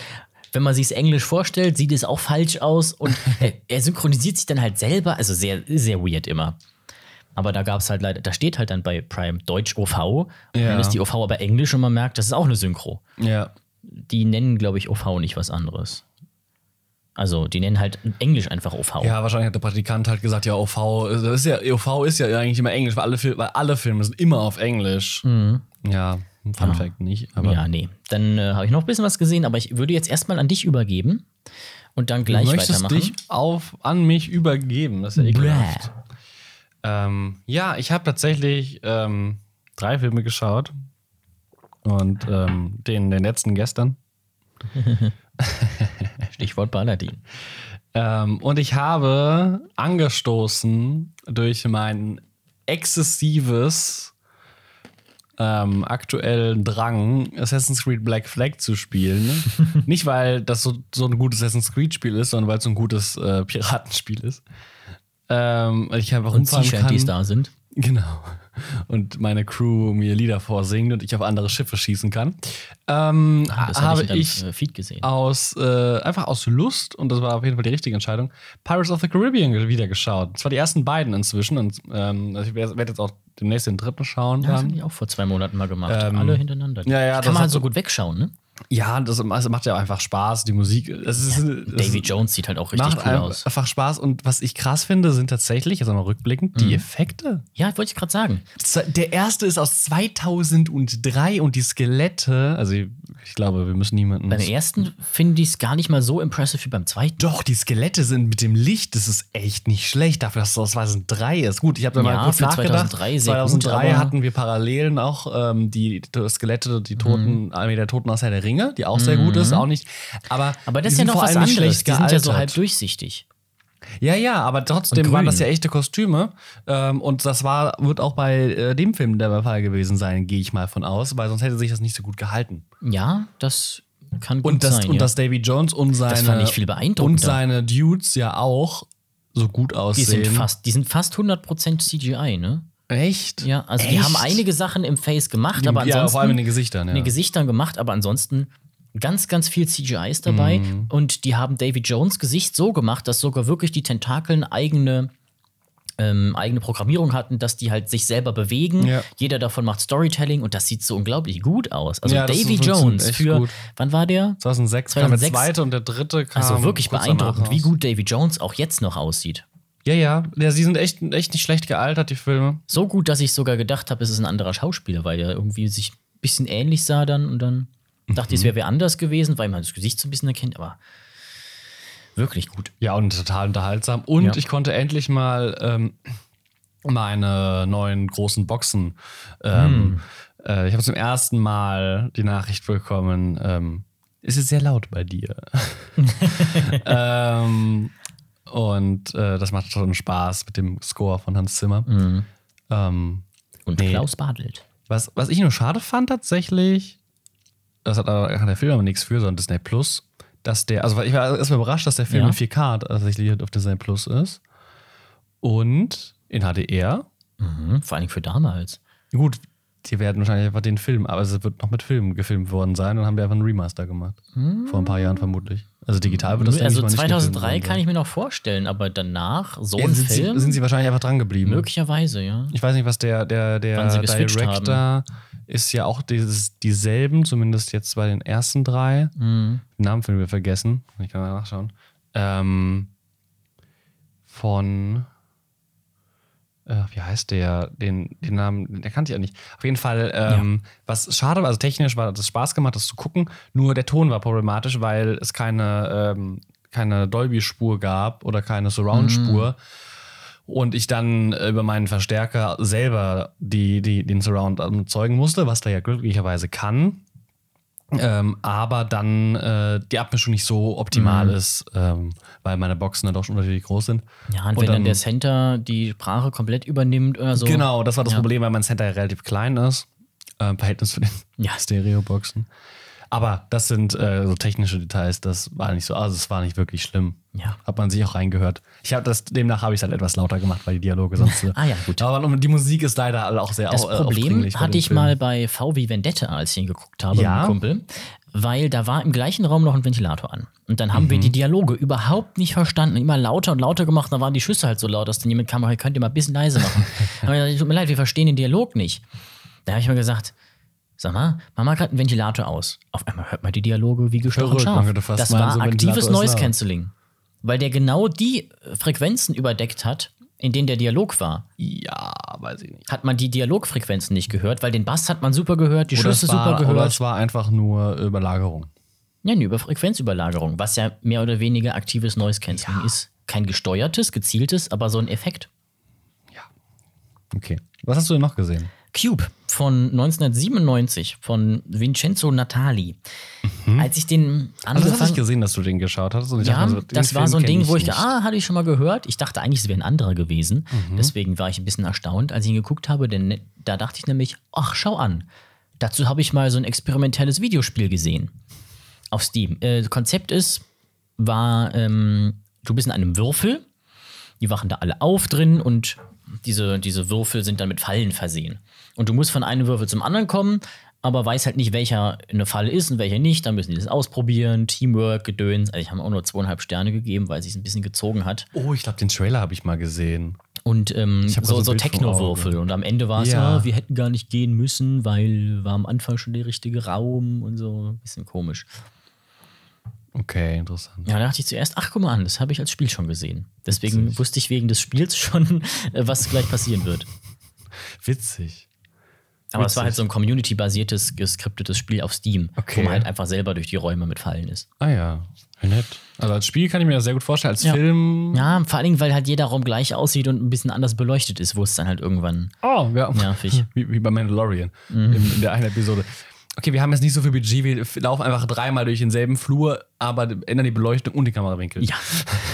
[SPEAKER 1] Wenn man sich es Englisch vorstellt, sieht es auch falsch aus und er, er synchronisiert sich dann halt selber, also sehr, sehr weird immer. Aber da gab es halt leider, da steht halt dann bei Prime Deutsch OV. Und
[SPEAKER 2] Ja.
[SPEAKER 1] dann ist die OV aber Englisch und man merkt, das ist auch eine Synchro.
[SPEAKER 2] ja.
[SPEAKER 1] Die nennen, glaube ich, OV nicht was anderes. Also, die nennen halt Englisch einfach OV.
[SPEAKER 2] Ja, wahrscheinlich hat der Praktikant halt gesagt, ja, OV, das ist ja, OV ist ja eigentlich immer Englisch, weil alle, Fil- weil alle Filme sind immer auf Englisch. Ja, Fun Fact nicht, aber
[SPEAKER 1] Mhm. Ja, nee. Dann äh, habe ich noch ein bisschen was gesehen, aber ich würde jetzt erstmal an dich übergeben und dann
[SPEAKER 2] du
[SPEAKER 1] gleich
[SPEAKER 2] möchtest
[SPEAKER 1] weitermachen.
[SPEAKER 2] dich auf, an mich übergeben, das ist ja ekelhaft.
[SPEAKER 1] Bläh.
[SPEAKER 2] Ähm, ja, ich habe tatsächlich ähm, drei Filme geschaut. Und ähm, den, den letzten gestern.
[SPEAKER 1] Stichwort Paladin.
[SPEAKER 2] Ähm, und ich habe angestoßen durch mein exzessives ähm, aktuellen Drang, Assassin's Creed Black Flag zu spielen. Nicht, weil das so, so ein gutes Assassin's Creed-Spiel ist, sondern weil es so ein gutes äh, Piratenspiel ist. Ähm, weil ich einfach
[SPEAKER 1] Und
[SPEAKER 2] rumfahren
[SPEAKER 1] Sea-Shanties
[SPEAKER 2] kann.
[SPEAKER 1] da sind.
[SPEAKER 2] Genau. Und meine Crew mir Lieder vorsingt und ich auf andere Schiffe schießen kann. Ähm,
[SPEAKER 1] Ah, Das
[SPEAKER 2] habe
[SPEAKER 1] habe hab ich
[SPEAKER 2] ich
[SPEAKER 1] in deinem äh, Feed gesehen.
[SPEAKER 2] aus, äh, einfach aus Lust, und das war auf jeden Fall die richtige Entscheidung, Pirates of the Caribbean ge- wieder geschaut. Und Zwar die ersten beiden inzwischen, und ähm, also ich werde jetzt auch demnächst den dritten schauen.
[SPEAKER 1] Ja, das
[SPEAKER 2] dann.
[SPEAKER 1] haben die auch vor zwei Monaten mal gemacht.
[SPEAKER 2] Ähm,
[SPEAKER 1] Alle hintereinander.
[SPEAKER 2] ja, ja,
[SPEAKER 1] das
[SPEAKER 2] das
[SPEAKER 1] kann man
[SPEAKER 2] hat
[SPEAKER 1] halt so
[SPEAKER 2] so-
[SPEAKER 1] gut wegschauen, ne?
[SPEAKER 2] Ja, das das macht ja einfach Spaß, die Musik. Es ist, es
[SPEAKER 1] Davy Jones sieht halt auch richtig
[SPEAKER 2] macht
[SPEAKER 1] cool
[SPEAKER 2] ein-
[SPEAKER 1] aus.
[SPEAKER 2] einfach Spaß. Und was ich krass finde, sind tatsächlich, jetzt einmal rückblickend,
[SPEAKER 1] Mhm.
[SPEAKER 2] die Effekte.
[SPEAKER 1] Ja, wollte ich gerade sagen.
[SPEAKER 2] Z- Der erste ist aus 2003 und die Skelette, also ich, ich glaube, wir müssen niemanden.
[SPEAKER 1] Beim ersten finde ich es gar nicht mal so impressive wie beim zweiten.
[SPEAKER 2] Doch, die Skelette sind mit dem Licht, das ist echt nicht schlecht, dafür, dass es aus 2003 ist. Gut, ich habe da
[SPEAKER 1] Ja,
[SPEAKER 2] mal kurz
[SPEAKER 1] für
[SPEAKER 2] nachgedacht.
[SPEAKER 1] 2003 sehr gut,
[SPEAKER 2] 2003
[SPEAKER 1] aber-
[SPEAKER 2] hatten wir Parallelen auch ähm, die die Skelette, die Toten,
[SPEAKER 1] Mhm.
[SPEAKER 2] Armee der Toten aus Herr der Ringe, die auch sehr gut ist, auch nicht. Aber,
[SPEAKER 1] Aber das
[SPEAKER 2] die
[SPEAKER 1] ist ja
[SPEAKER 2] sind
[SPEAKER 1] noch
[SPEAKER 2] vor
[SPEAKER 1] was
[SPEAKER 2] allem nicht
[SPEAKER 1] anderes.
[SPEAKER 2] schlecht
[SPEAKER 1] Die sind ja so
[SPEAKER 2] gealtert.
[SPEAKER 1] halb durchsichtig.
[SPEAKER 2] Ja, ja, aber
[SPEAKER 1] Und
[SPEAKER 2] trotzdem
[SPEAKER 1] grün.
[SPEAKER 2] waren das ja echte Kostüme. Ähm, und das war, wird auch bei äh, dem Film der Fall gewesen sein, gehe ich mal von aus, weil sonst hätte sich das nicht so gut gehalten.
[SPEAKER 1] Ja, das kann gut
[SPEAKER 2] Und das,
[SPEAKER 1] sein.
[SPEAKER 2] und
[SPEAKER 1] ja.
[SPEAKER 2] dass Davy Jones und seine,
[SPEAKER 1] fand ich viel beeindruckender.
[SPEAKER 2] und seine Dudes ja auch so gut
[SPEAKER 1] die,
[SPEAKER 2] aussehen.
[SPEAKER 1] sind fast, die sind fast 100% CGI, ne?
[SPEAKER 2] Echt?
[SPEAKER 1] Ja, also die
[SPEAKER 2] Echt?
[SPEAKER 1] haben einige Sachen im Face gemacht, aber
[SPEAKER 2] ja,
[SPEAKER 1] ansonsten
[SPEAKER 2] vor allem in den Gesichtern. Ja.
[SPEAKER 1] in den Gesichtern gemacht, aber ansonsten ganz, ganz viel CGI ist dabei.
[SPEAKER 2] Mhm.
[SPEAKER 1] Und die haben Davy Jones Gesicht so gemacht, dass sogar wirklich die Tentakeln eigene, ähm, eigene Programmierung hatten, dass die halt sich selber bewegen.
[SPEAKER 2] Ja.
[SPEAKER 1] Jeder davon macht Storytelling und das sieht so unglaublich gut aus. Also
[SPEAKER 2] Ja, das
[SPEAKER 1] Davy
[SPEAKER 2] ist- das ist
[SPEAKER 1] Jones
[SPEAKER 2] echt
[SPEAKER 1] für,
[SPEAKER 2] gut.
[SPEAKER 1] wann war der?
[SPEAKER 2] 2006 kam der
[SPEAKER 1] 2006.
[SPEAKER 2] zweite und der dritte kam.
[SPEAKER 1] Also wirklich
[SPEAKER 2] Ähm, kurz
[SPEAKER 1] beeindruckend,
[SPEAKER 2] danach
[SPEAKER 1] wie
[SPEAKER 2] raus.
[SPEAKER 1] gut Davy Jones auch jetzt noch aussieht.
[SPEAKER 2] Ja, ja. ja sie sind echt, echt nicht schlecht gealtert, die Filme.
[SPEAKER 1] So gut, dass ich sogar gedacht habe, es ist ein anderer Schauspieler, weil der irgendwie sich ein bisschen ähnlich sah dann und dann dachte ich,
[SPEAKER 2] Mhm.
[SPEAKER 1] es wäre wer anders gewesen, weil man das Gesicht so ein bisschen erkennt, aber wirklich gut.
[SPEAKER 2] Ja, und total unterhaltsam. Und
[SPEAKER 1] Ja.
[SPEAKER 2] ich konnte endlich mal ähm, meine neuen großen Boxen. Ähm, äh, ich habe zum ersten Mal die Nachricht bekommen, ähm, es ist sehr laut bei dir. ähm, und äh, das macht schon Spaß mit dem Score von Hans Zimmer.
[SPEAKER 1] Hm.
[SPEAKER 2] Ähm,
[SPEAKER 1] Und
[SPEAKER 2] Mhm. Nee.
[SPEAKER 1] Klaus Badelt.
[SPEAKER 2] was, was ich nur schade fand tatsächlich, das hat aber hat der Film aber nichts für, sondern Disney Plus, dass der, also ich war erstmal überrascht, dass der Film
[SPEAKER 1] Ja.
[SPEAKER 2] in 4K tatsächlich auf Disney Plus ist. Und in HDR.
[SPEAKER 1] Mhm. Vor allem für damals.
[SPEAKER 2] Gut, die werden wahrscheinlich einfach den Film, aber es wird noch mit Film gefilmt worden sein und haben wir einfach einen Remaster gemacht. Vor ein paar Jahren vermutlich. Also digital wird das denke
[SPEAKER 1] also
[SPEAKER 2] ich mal nicht gefilmt
[SPEAKER 1] 2003
[SPEAKER 2] worden sein.
[SPEAKER 1] kann ich mir noch vorstellen, aber danach so
[SPEAKER 2] Ja,
[SPEAKER 1] ein
[SPEAKER 2] sind,
[SPEAKER 1] Film?
[SPEAKER 2] sie, sind sie wahrscheinlich einfach dran geblieben.
[SPEAKER 1] möglicherweise, ja.
[SPEAKER 2] Ich weiß nicht, was der, der, der
[SPEAKER 1] Wann sie geswitcht
[SPEAKER 2] Director ist ja auch dieses, dieselben, zumindest jetzt bei den ersten drei.
[SPEAKER 1] Mhm.
[SPEAKER 2] Den Namen von wir vergessen. Ich kann mal nachschauen. Ähm, von äh, wie heißt der? Den, den Namen, der kannte ich ja nicht. Auf jeden Fall, ähm, was schade war, also technisch war das Spaß gemacht, das zu gucken, nur der Ton war problematisch, weil es keine, ähm, keine Dolby-Spur gab oder keine Surround-Spur.
[SPEAKER 1] Mhm.
[SPEAKER 2] Und ich dann äh, über meinen Verstärker selber die, die, den Surround erzeugen musste, was der ja glücklicherweise kann. Ähm, aber dann äh, die Abmischung nicht so optimal
[SPEAKER 1] Mhm.
[SPEAKER 2] ist, ähm, weil meine Boxen dann doch schon unterschiedlich groß sind.
[SPEAKER 1] Ja, und,
[SPEAKER 2] Und
[SPEAKER 1] wenn dann,
[SPEAKER 2] dann-
[SPEAKER 1] der Center die Sprache komplett übernimmt oder so.
[SPEAKER 2] Genau, das war das
[SPEAKER 1] Ja.
[SPEAKER 2] Problem, weil mein Center ja relativ klein ist. Äh, im Verhältnis zu den
[SPEAKER 1] Ja.
[SPEAKER 2] Stereoboxen. Aber das sind äh, so technische Details, das war nicht so, also es war nicht wirklich schlimm.
[SPEAKER 1] Ja.
[SPEAKER 2] Hat man sich auch reingehört. Ich habe das, demnach habe ich es halt etwas lauter gemacht, weil die Dialoge sonst.
[SPEAKER 1] Ah ja, gut.
[SPEAKER 2] Aber die Musik ist leider alle auch sehr
[SPEAKER 1] Das
[SPEAKER 2] au- äh,
[SPEAKER 1] Problem
[SPEAKER 2] aufdringlich bei
[SPEAKER 1] hatte
[SPEAKER 2] dem
[SPEAKER 1] ich
[SPEAKER 2] Film.
[SPEAKER 1] mal bei VW Vendetta, als ich ihn geguckt habe,
[SPEAKER 2] Ja.
[SPEAKER 1] mit einem Kumpel, weil da war im gleichen Raum noch ein Ventilator an. Und dann haben wir
[SPEAKER 2] Mhm.
[SPEAKER 1] die Dialoge überhaupt nicht verstanden, immer lauter und lauter gemacht. Und dann waren die Schüsse halt so laut, dass dann jemand kam, hey, könnt ihr mal ein bisschen leise machen. Aber ich gesagt, tut mir leid, wir verstehen den Dialog nicht. Da habe ich mal gesagt, sag mal, mach mal gerade einen Ventilator aus. Auf einmal hört man die Dialoge wie gestochen
[SPEAKER 2] Verrückt, man
[SPEAKER 1] scharf.
[SPEAKER 2] könnte fast
[SPEAKER 1] Das
[SPEAKER 2] meinen,
[SPEAKER 1] war
[SPEAKER 2] so ein
[SPEAKER 1] aktives
[SPEAKER 2] Ventilator ist
[SPEAKER 1] Noise
[SPEAKER 2] laut.
[SPEAKER 1] Cancelling, weil der genau die äh, Frequenzen überdeckt hat, in denen der Dialog war
[SPEAKER 2] Ja, weiß ich nicht.
[SPEAKER 1] hat man die Dialogfrequenzen nicht gehört, weil den Bass hat man super gehört, die
[SPEAKER 2] Oder
[SPEAKER 1] Schüsse
[SPEAKER 2] es, war,
[SPEAKER 1] super
[SPEAKER 2] oder
[SPEAKER 1] gehört.
[SPEAKER 2] es war einfach nur Überlagerung.
[SPEAKER 1] Nein, über Frequenzüberlagerung, was ja mehr oder weniger aktives Noise Cancelling ist. Kein gesteuertes, gezieltes, aber so ein Effekt.
[SPEAKER 2] Okay. Was hast du denn noch gesehen?
[SPEAKER 1] Cube von 1997 von Vincenzo Natali. Als ich den
[SPEAKER 2] Also das
[SPEAKER 1] angefangen
[SPEAKER 2] hatte ich gesehen, dass du den geschaut hast. Und ich
[SPEAKER 1] ja,
[SPEAKER 2] dachte mir
[SPEAKER 1] das
[SPEAKER 2] den
[SPEAKER 1] war
[SPEAKER 2] Film
[SPEAKER 1] so ein
[SPEAKER 2] kenn
[SPEAKER 1] Ding, wo ich
[SPEAKER 2] nicht. Mhm.
[SPEAKER 1] dachte, ah, hatte ich schon mal gehört. Ich dachte eigentlich, es wäre ein anderer gewesen. Deswegen war ich ein bisschen erstaunt, als ich ihn geguckt habe, denn ne- da dachte ich nämlich, ach, schau an. Dazu habe ich mal so ein experimentelles Videospiel gesehen auf Steam. Äh, Konzept ist, war, ähm, du bist in einem Würfel, die wachen da alle auf drin und diese, diese Würfel sind dann mit Fallen versehen. Und du musst von einem Würfel zum anderen kommen, aber weiß halt nicht, welcher eine Falle ist und welcher nicht. Dann müssen die das ausprobieren, Teamwork, Gedöns. Also ich habe auch nur zweieinhalb Sterne gegeben, weil sich ein bisschen gezogen hat.
[SPEAKER 2] Oh, ich glaube, den Trailer habe ich mal gesehen.
[SPEAKER 1] Und ähm,
[SPEAKER 2] hab
[SPEAKER 1] so,
[SPEAKER 2] grad
[SPEAKER 1] so
[SPEAKER 2] so ein Bild vom
[SPEAKER 1] Techno-Würfel. Und am Ende war es,
[SPEAKER 2] Ja.
[SPEAKER 1] ja. wir hätten gar nicht gehen müssen, weil war am Anfang schon der richtige Raum und so. Bisschen komisch.
[SPEAKER 2] Okay, interessant.
[SPEAKER 1] Ja, da dachte ich zuerst, ach guck mal an, das habe ich als Spiel schon gesehen. Deswegen wusste ich wegen des Spiels schon, äh, was gleich passieren wird.
[SPEAKER 2] Witzig.
[SPEAKER 1] Aber es war
[SPEAKER 2] Witzig.
[SPEAKER 1] halt so ein community-basiertes, geskriptetes Spiel auf Steam,
[SPEAKER 2] Okay.
[SPEAKER 1] wo man halt einfach selber durch die Räume mitfallen ist.
[SPEAKER 2] Ah ja, ja, nett. Also als Spiel kann ich mir das sehr gut vorstellen, als
[SPEAKER 1] Ja.
[SPEAKER 2] Film.
[SPEAKER 1] Ja, vor allen Dingen, weil halt jeder Raum gleich aussieht und ein bisschen anders beleuchtet ist, wo es dann halt irgendwann.
[SPEAKER 2] Oh, ja.
[SPEAKER 1] Nervig.
[SPEAKER 2] Wie, wie bei Mandalorian in, in der einen Episode. Okay, wir haben jetzt nicht so viel Budget, wir f- laufen einfach dreimal durch denselben Flur, aber ändern die Beleuchtung und den Kamerawinkel.
[SPEAKER 1] Ja.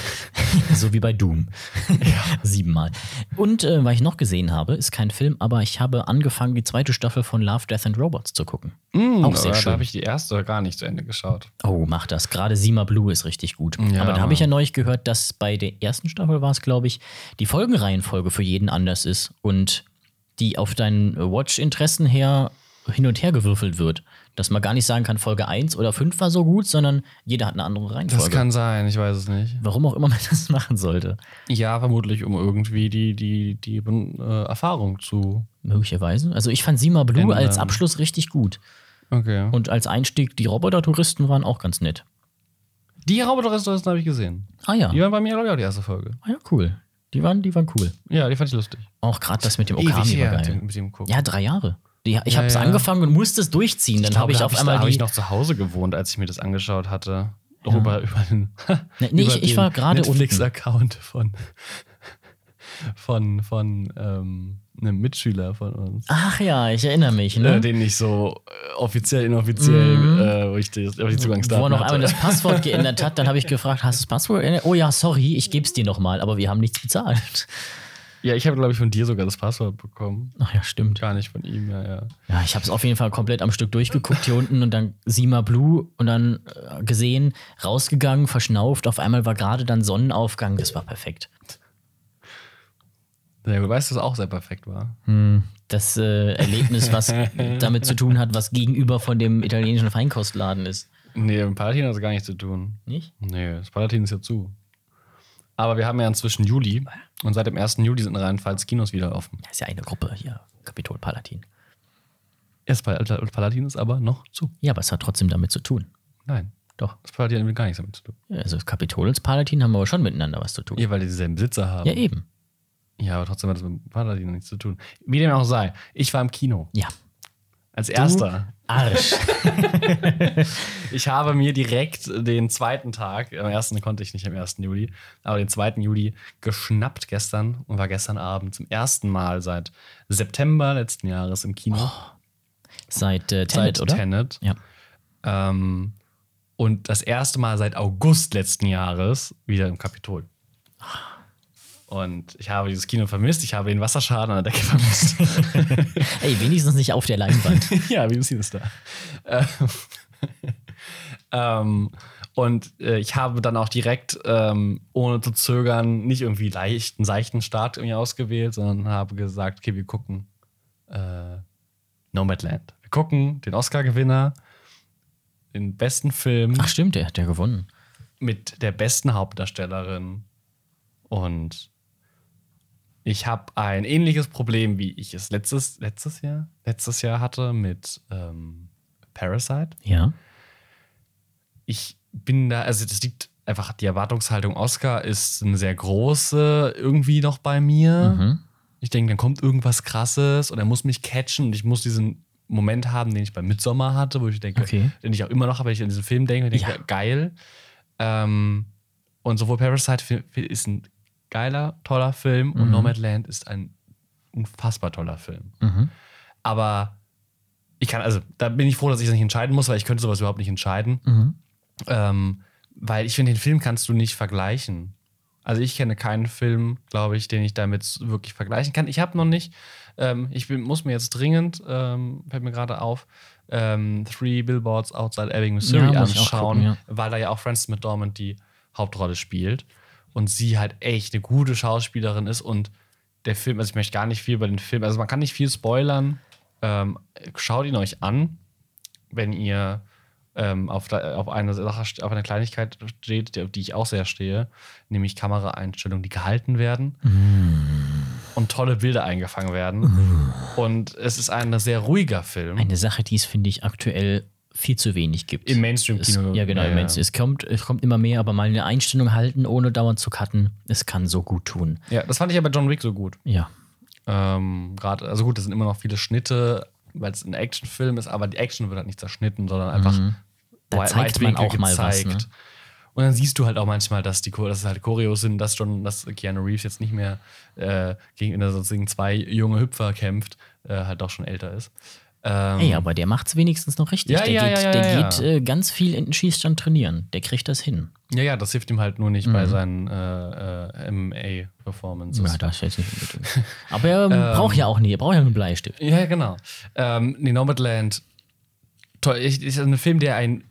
[SPEAKER 1] so wie bei Doom. Siebenmal. Und äh, was ich noch gesehen habe, ist kein Film, aber ich habe angefangen, die zweite Staffel von Love, Death and Robots zu gucken.
[SPEAKER 2] Hm,
[SPEAKER 1] Auch sehr
[SPEAKER 2] aber Da
[SPEAKER 1] schön.
[SPEAKER 2] habe ich die erste gar nicht zu Ende geschaut.
[SPEAKER 1] Oh, mach das. Gerade Sima Blue ist richtig gut.
[SPEAKER 2] Ja,
[SPEAKER 1] Aber da habe ich ja
[SPEAKER 2] Mann.
[SPEAKER 1] neulich gehört, dass bei der ersten Staffel war es, glaube ich, die Folgenreihenfolge für jeden anders ist und die auf deinen Watch-Interessen her hin und her gewürfelt wird. Dass man gar nicht sagen kann, Folge 1 oder 5 war so gut, sondern jeder hat eine andere
[SPEAKER 2] Das
[SPEAKER 1] Reihenfolge.
[SPEAKER 2] kann sein, ich weiß es nicht.
[SPEAKER 1] Warum auch immer man das machen sollte.
[SPEAKER 2] Ja, vermutlich, um irgendwie die, die, die äh, Erfahrung zu.
[SPEAKER 1] Möglicherweise. Also ich fand Sima Blue
[SPEAKER 2] Ändern.
[SPEAKER 1] als Abschluss richtig gut.
[SPEAKER 2] Okay.
[SPEAKER 1] Und als Einstieg, die Roboter-Touristen waren auch ganz nett.
[SPEAKER 2] die Roboter-Restaurants habe ich gesehen.
[SPEAKER 1] Ah ja.
[SPEAKER 2] Die waren bei mir, glaube ich, auch die erste Folge.
[SPEAKER 1] Ah ja, cool. Die waren, die waren cool.
[SPEAKER 2] Ja, die fand ich lustig. Oh,
[SPEAKER 1] Auch gerade das mit dem Okami war
[SPEAKER 2] mit
[SPEAKER 1] geil.
[SPEAKER 2] dem- mit dem Gucken.
[SPEAKER 1] Ja, drei Jahre. Die, ich habe es
[SPEAKER 2] ja.
[SPEAKER 1] angefangen und musste es durchziehen. Dann habe ich auf einmal
[SPEAKER 2] da habe
[SPEAKER 1] die.
[SPEAKER 2] ich noch zu Hause gewohnt, als ich mir das angeschaut hatte. Doch über, über den,
[SPEAKER 1] Nee, nee, ich- ich war gerade unten.
[SPEAKER 2] Netflix-Account von, von, von ähm, einem Mitschüler von uns.
[SPEAKER 1] Ach ja, ich erinnere mich.
[SPEAKER 2] Äh,
[SPEAKER 1] Ne? Mhm.
[SPEAKER 2] Den ich so äh, offiziell, inoffiziell, äh, wo ich die, wo ich die Zugangsdaten
[SPEAKER 1] Wo er noch
[SPEAKER 2] hatte.
[SPEAKER 1] einmal das Passwort geändert hat, dann habe ich gefragt, hast du das Passwort geändert? Oh ja, sorry, ich gebe es dir nochmal, aber wir haben nichts bezahlt.
[SPEAKER 2] ja, ich habe, glaube ich, von dir sogar das Passwort bekommen.
[SPEAKER 1] Ach ja, stimmt.
[SPEAKER 2] Gar nicht von ihm, ja, ja.
[SPEAKER 1] Ja, ich habe es auf jeden Fall komplett am Stück durchgeguckt hier unten und dann Sima Blue und dann äh, gesehen, rausgegangen, verschnauft. Auf einmal war gerade dann Sonnenaufgang, das war perfekt.
[SPEAKER 2] Sehr gut. Weißt du, dass es auch sehr perfekt war?
[SPEAKER 1] Das äh, Erlebnis, was damit zu tun hat, was gegenüber von dem italienischen Feinkostladen ist.
[SPEAKER 2] Nee, im Palatin hat es gar nichts zu tun.
[SPEAKER 1] Nicht?
[SPEAKER 2] Nee, das Palatin ist ja zu. Aber wir haben ja inzwischen Juli und seit dem 1. Juli sind in Rheinland-Pfalz Kinos wieder offen.
[SPEAKER 1] Das ist ja eine Gruppe hier, Kapitol Palatin.
[SPEAKER 2] Das Pal Palatin ist aber noch zu.
[SPEAKER 1] Ja, aber es hat trotzdem damit zu tun.
[SPEAKER 2] Nein, doch. Das Palatin hat gar nichts damit zu tun.
[SPEAKER 1] Also das Kapitol und das Palatin haben aber schon miteinander was zu tun. Ja,
[SPEAKER 2] Ja, weil die dieselben Besitzer haben.
[SPEAKER 1] eben.
[SPEAKER 2] Ja, aber trotzdem hat das mit dem Palatin nichts zu tun. Wie dem auch sei, ich war im Kino.
[SPEAKER 1] Ja.
[SPEAKER 2] Als erster.
[SPEAKER 1] Arsch.
[SPEAKER 2] Ich habe mir direkt den zweiten Tag, am ersten konnte ich nicht am 1. Juli, aber den 2. Juli geschnappt gestern und war gestern Abend zum ersten Mal seit September letzten Jahres im Kino.
[SPEAKER 1] Seit äh, Tenet,
[SPEAKER 2] seit
[SPEAKER 1] oder?
[SPEAKER 2] Tenet.
[SPEAKER 1] Ja.
[SPEAKER 2] Ähm, und das erste Mal seit August letzten Jahres wieder im Kapitol.
[SPEAKER 1] Ah.
[SPEAKER 2] Und ich habe dieses Kino vermisst, ich habe den Wasserschaden an der Decke vermisst.
[SPEAKER 1] Ey, wenigstens nicht auf der Leinwand.
[SPEAKER 2] ja, wie im Sinister. Ähm, und äh, ich habe dann auch direkt, ähm, ohne zu zögern, nicht irgendwie leichten, seichten Start irgendwie ausgewählt, sondern habe gesagt, okay, wir gucken äh, Nomadland. Wir gucken den Oscar-Gewinner, den besten Film
[SPEAKER 1] Ach stimmt, der hat ja gewonnen.
[SPEAKER 2] mit der besten Hauptdarstellerin. Und ich habe ein ähnliches Problem, wie ich es letztes, letztes Jahr letztes Jahr hatte mit ähm, Parasite.
[SPEAKER 1] Ja.
[SPEAKER 2] Ich bin da, also das liegt einfach, die Erwartungshaltung Oscar ist eine sehr große irgendwie noch bei mir.
[SPEAKER 1] Mhm.
[SPEAKER 2] Ich denke, dann kommt irgendwas Krasses und er muss mich catchen und ich muss diesen Moment haben, den ich bei Midsommar hatte, wo ich denke,
[SPEAKER 1] Okay.
[SPEAKER 2] den ich auch immer noch habe, wenn ich an diesen Film denke, denke ich,
[SPEAKER 1] Ja.
[SPEAKER 2] ja. geil. Ähm, und sowohl Parasite fi- fi- ist ein geiler, toller Film und Nomadland ist ein unfassbar toller Film.
[SPEAKER 1] Mhm.
[SPEAKER 2] Aber ich kann, also da bin ich froh, dass ich das nicht entscheiden muss, weil ich könnte sowas überhaupt nicht entscheiden.
[SPEAKER 1] Mhm.
[SPEAKER 2] Ähm, weil ich finde, den Film kannst du nicht vergleichen. Also ich kenne keinen Film, glaube ich, den ich damit s- wirklich vergleichen kann. Ich habe noch nicht, ähm, ich bin, muss mir jetzt dringend, ähm, fällt mir gerade auf, ähm, Three Billboards Outside Ebbing, Missouri
[SPEAKER 1] Ja, muss ich auch
[SPEAKER 2] anschauen,
[SPEAKER 1] gucken, ja.
[SPEAKER 2] weil da ja auch Frances McDormand die Hauptrolle spielt und sie halt echt eine gute Schauspielerin ist und der Film, also ich möchte gar nicht viel über den Film, also man kann nicht viel spoilern. Ähm, schaut ihn euch an, wenn ihr ähm, auf, da, auf eine Sache, st- auf eine Kleinigkeit steht, die- auf die ich auch sehr stehe, nämlich Kameraeinstellungen, die gehalten werden
[SPEAKER 1] Mm.
[SPEAKER 2] und tolle Bilder eingefangen werden. Und es ist ein sehr ruhiger Film.
[SPEAKER 1] Eine Sache, die es, finde ich, aktuell viel zu wenig gibt.
[SPEAKER 2] Im
[SPEAKER 1] es,
[SPEAKER 2] Mainstream-Kino.
[SPEAKER 1] ja, genau. im Mainstream. Es, kommt, es kommt immer mehr, aber mal eine Einstellung halten, ohne dauernd zu cutten, es kann so gut tun.
[SPEAKER 2] Ja, das fand ich ja bei John Wick so gut.
[SPEAKER 1] Ja.
[SPEAKER 2] Ähm, Gerade, also gut, das sind immer noch viele Schnitte, weil es ein Actionfilm ist, aber die Action wird halt nicht zerschnitten, sondern einfach
[SPEAKER 1] Mhm. Da
[SPEAKER 2] wei-
[SPEAKER 1] zeigt man
[SPEAKER 2] weitwinklig
[SPEAKER 1] auch mal was, ne?
[SPEAKER 2] Und dann siehst du halt auch manchmal, dass die Chor- dass es halt Choreos sind, dass schon, dass Keanu Reeves jetzt nicht mehr äh, gegen in der sozusagen zwei junge Hüpfer kämpft, äh, halt auch schon älter ist. Ähm,
[SPEAKER 1] Ey, aber der macht's wenigstens noch richtig.
[SPEAKER 2] Ja,
[SPEAKER 1] der
[SPEAKER 2] ja,
[SPEAKER 1] geht,
[SPEAKER 2] ja, ja,
[SPEAKER 1] der
[SPEAKER 2] ja.
[SPEAKER 1] geht äh, ganz viel in den Schießstand trainieren. Der kriegt das hin.
[SPEAKER 2] Ja, ja, das hilft ihm halt nur nicht bei seinen äh, äh, MA-Performances.
[SPEAKER 1] Mhm. Ja, das jetzt nicht unbedingt. Aber er ähm,
[SPEAKER 2] Ähm,
[SPEAKER 1] braucht ja auch nie, er braucht ja einen Bleistift.
[SPEAKER 2] Ja, genau. Ähm, nee, Nomadland toll, ist, ist ein Film, der einen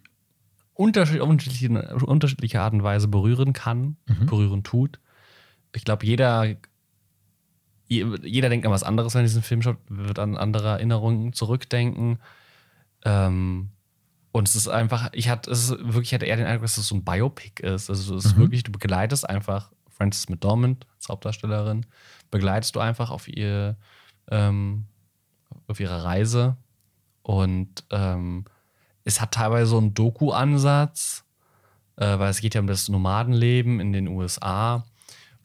[SPEAKER 2] unterschied, unterschiedlichen, unterschiedliche Art und Weise berühren kann, berühren tut. Ich glaube, jeder, je- jeder denkt an was anderes, wenn er diesen Film schaut, wird an andere Erinnerungen zurückdenken. Ähm, und es ist einfach, ich hatte, es ist wirklich, ich hatte eher den Eindruck, dass es so ein Biopic ist. Also es ist wirklich, du begleitest einfach Frances McDormand als Hauptdarstellerin, begleitest du einfach auf ihr, ähm, auf ihrer Reise. Und ähm, es hat teilweise so einen Doku-Ansatz, äh, weil es geht ja um das Nomadenleben in den USA.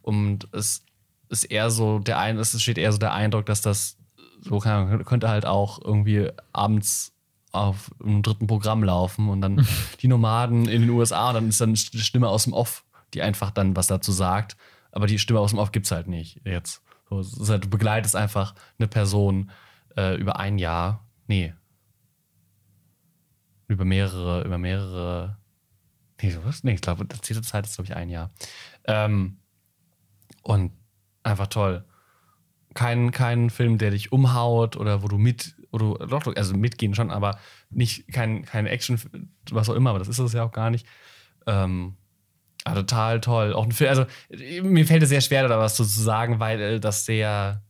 [SPEAKER 2] Und es ist eher so der ein, es steht eher so der Eindruck, dass das so keine Ahnung, könnte halt auch irgendwie abends auf einem dritten Programm laufen und dann die Nomaden in den USA und dann ist dann eine Stimme aus dem Off, die einfach dann was dazu sagt. Aber die Stimme aus dem Off gibt es halt nicht jetzt. So, es ist halt, du begleitest einfach eine Person äh, über ein Jahr. Nee. Über mehrere, über mehrere. Nee, sowas? Nee, ich glaube, diese Zeit ist, glaube ich, ein Jahr. Ähm, und einfach toll. Kein, kein Film, der dich umhaut oder wo du mit, oder doch, also mitgehen schon, aber nicht, kein, kein Action, was auch immer, aber das ist es ja auch gar nicht. Ähm, ah, total toll. Auch ein Film, also äh, mir fällt es sehr schwer, da was so zu sagen, weil äh, das sehr,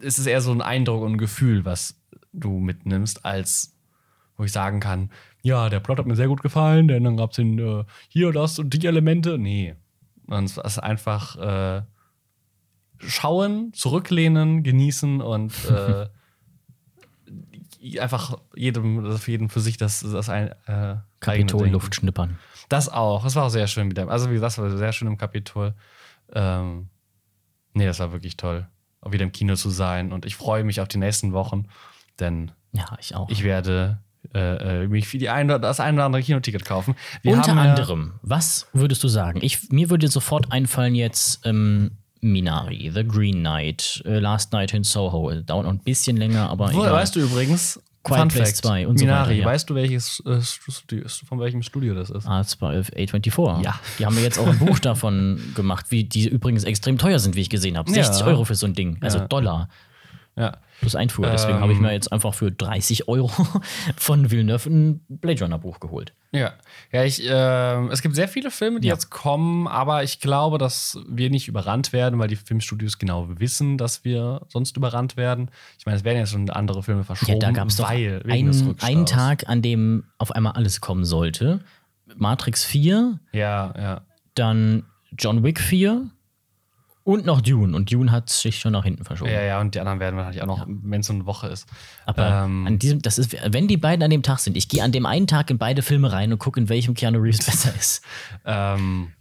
[SPEAKER 2] es ist eher so ein Eindruck und ein Gefühl, was du mitnimmst, als wo ich sagen kann, ja, der Plot hat mir sehr gut gefallen, denn dann gab es den äh, hier, das und die Elemente. Nee. Man es ist einfach äh, schauen, zurücklehnen, genießen und äh, einfach jedem, also für jeden für sich das, das ein äh, eigene
[SPEAKER 1] Kapitol
[SPEAKER 2] Ding.
[SPEAKER 1] Luft schnippern.
[SPEAKER 2] Das auch. Das war auch sehr schön wieder. Also, wie gesagt, das war sehr schön im Kapitol. Ähm, nee, das war wirklich toll, auch wieder im Kino zu sein. Und ich freue mich auf die nächsten Wochen, denn
[SPEAKER 1] Ja, ich auch.
[SPEAKER 2] ich werde äh, äh, mich für die ein oder, das ein oder andere Kinoticket kaufen. Wir
[SPEAKER 1] Unter
[SPEAKER 2] haben ja-
[SPEAKER 1] anderem, was würdest du sagen? Ich, mir würde sofort einfallen jetzt ähm, Minari, The Green Knight, äh, Last Night in Soho. Äh, Dauert noch ein bisschen länger, aber
[SPEAKER 2] Woher
[SPEAKER 1] egal.
[SPEAKER 2] weißt du übrigens?
[SPEAKER 1] Quiet Place 2 und so
[SPEAKER 2] Minari,
[SPEAKER 1] weiter, ja.
[SPEAKER 2] weißt du, welches äh, Studio, von welchem Studio das ist?
[SPEAKER 1] A12, A24.
[SPEAKER 2] Ja.
[SPEAKER 1] Die haben ja jetzt auch ein Buch davon gemacht, wie die übrigens extrem teuer sind, wie ich gesehen habe.
[SPEAKER 2] Ja.
[SPEAKER 1] 60 Euro für so ein Ding, also
[SPEAKER 2] Ja.
[SPEAKER 1] Dollar
[SPEAKER 2] Ja. Ähm.
[SPEAKER 1] plus Einfuhr. Deswegen habe ich mir jetzt einfach für 30 Euro von Villeneuve ein Blade Runner Buch geholt.
[SPEAKER 2] Ja, ja ich, ähm, es gibt sehr viele Filme, die
[SPEAKER 1] Ja.
[SPEAKER 2] jetzt kommen, aber ich glaube, dass wir nicht überrannt werden, weil die Filmstudios genau wissen, dass wir sonst überrannt werden. Ich meine, es werden jetzt schon andere Filme
[SPEAKER 1] Ja,
[SPEAKER 2] verschoben,
[SPEAKER 1] da gab es doch
[SPEAKER 2] weil wegen des
[SPEAKER 1] einen,
[SPEAKER 2] Rückstaus.
[SPEAKER 1] einen Tag, an dem auf einmal alles kommen sollte. Matrix 4,
[SPEAKER 2] Ja, ja.
[SPEAKER 1] dann John Wick 4 und noch Dune. Und Dune hat sich schon nach hinten verschoben.
[SPEAKER 2] Ja, ja, und die anderen werden wahrscheinlich auch noch, wenn es so eine Woche ist.
[SPEAKER 1] Aber
[SPEAKER 2] Ähm,
[SPEAKER 1] an diesem, das ist, wenn die beiden an dem Tag sind, ich gehe an dem einen Tag in beide Filme rein und gucke, in welchem Keanu Reeves besser ist.
[SPEAKER 2] Ähm,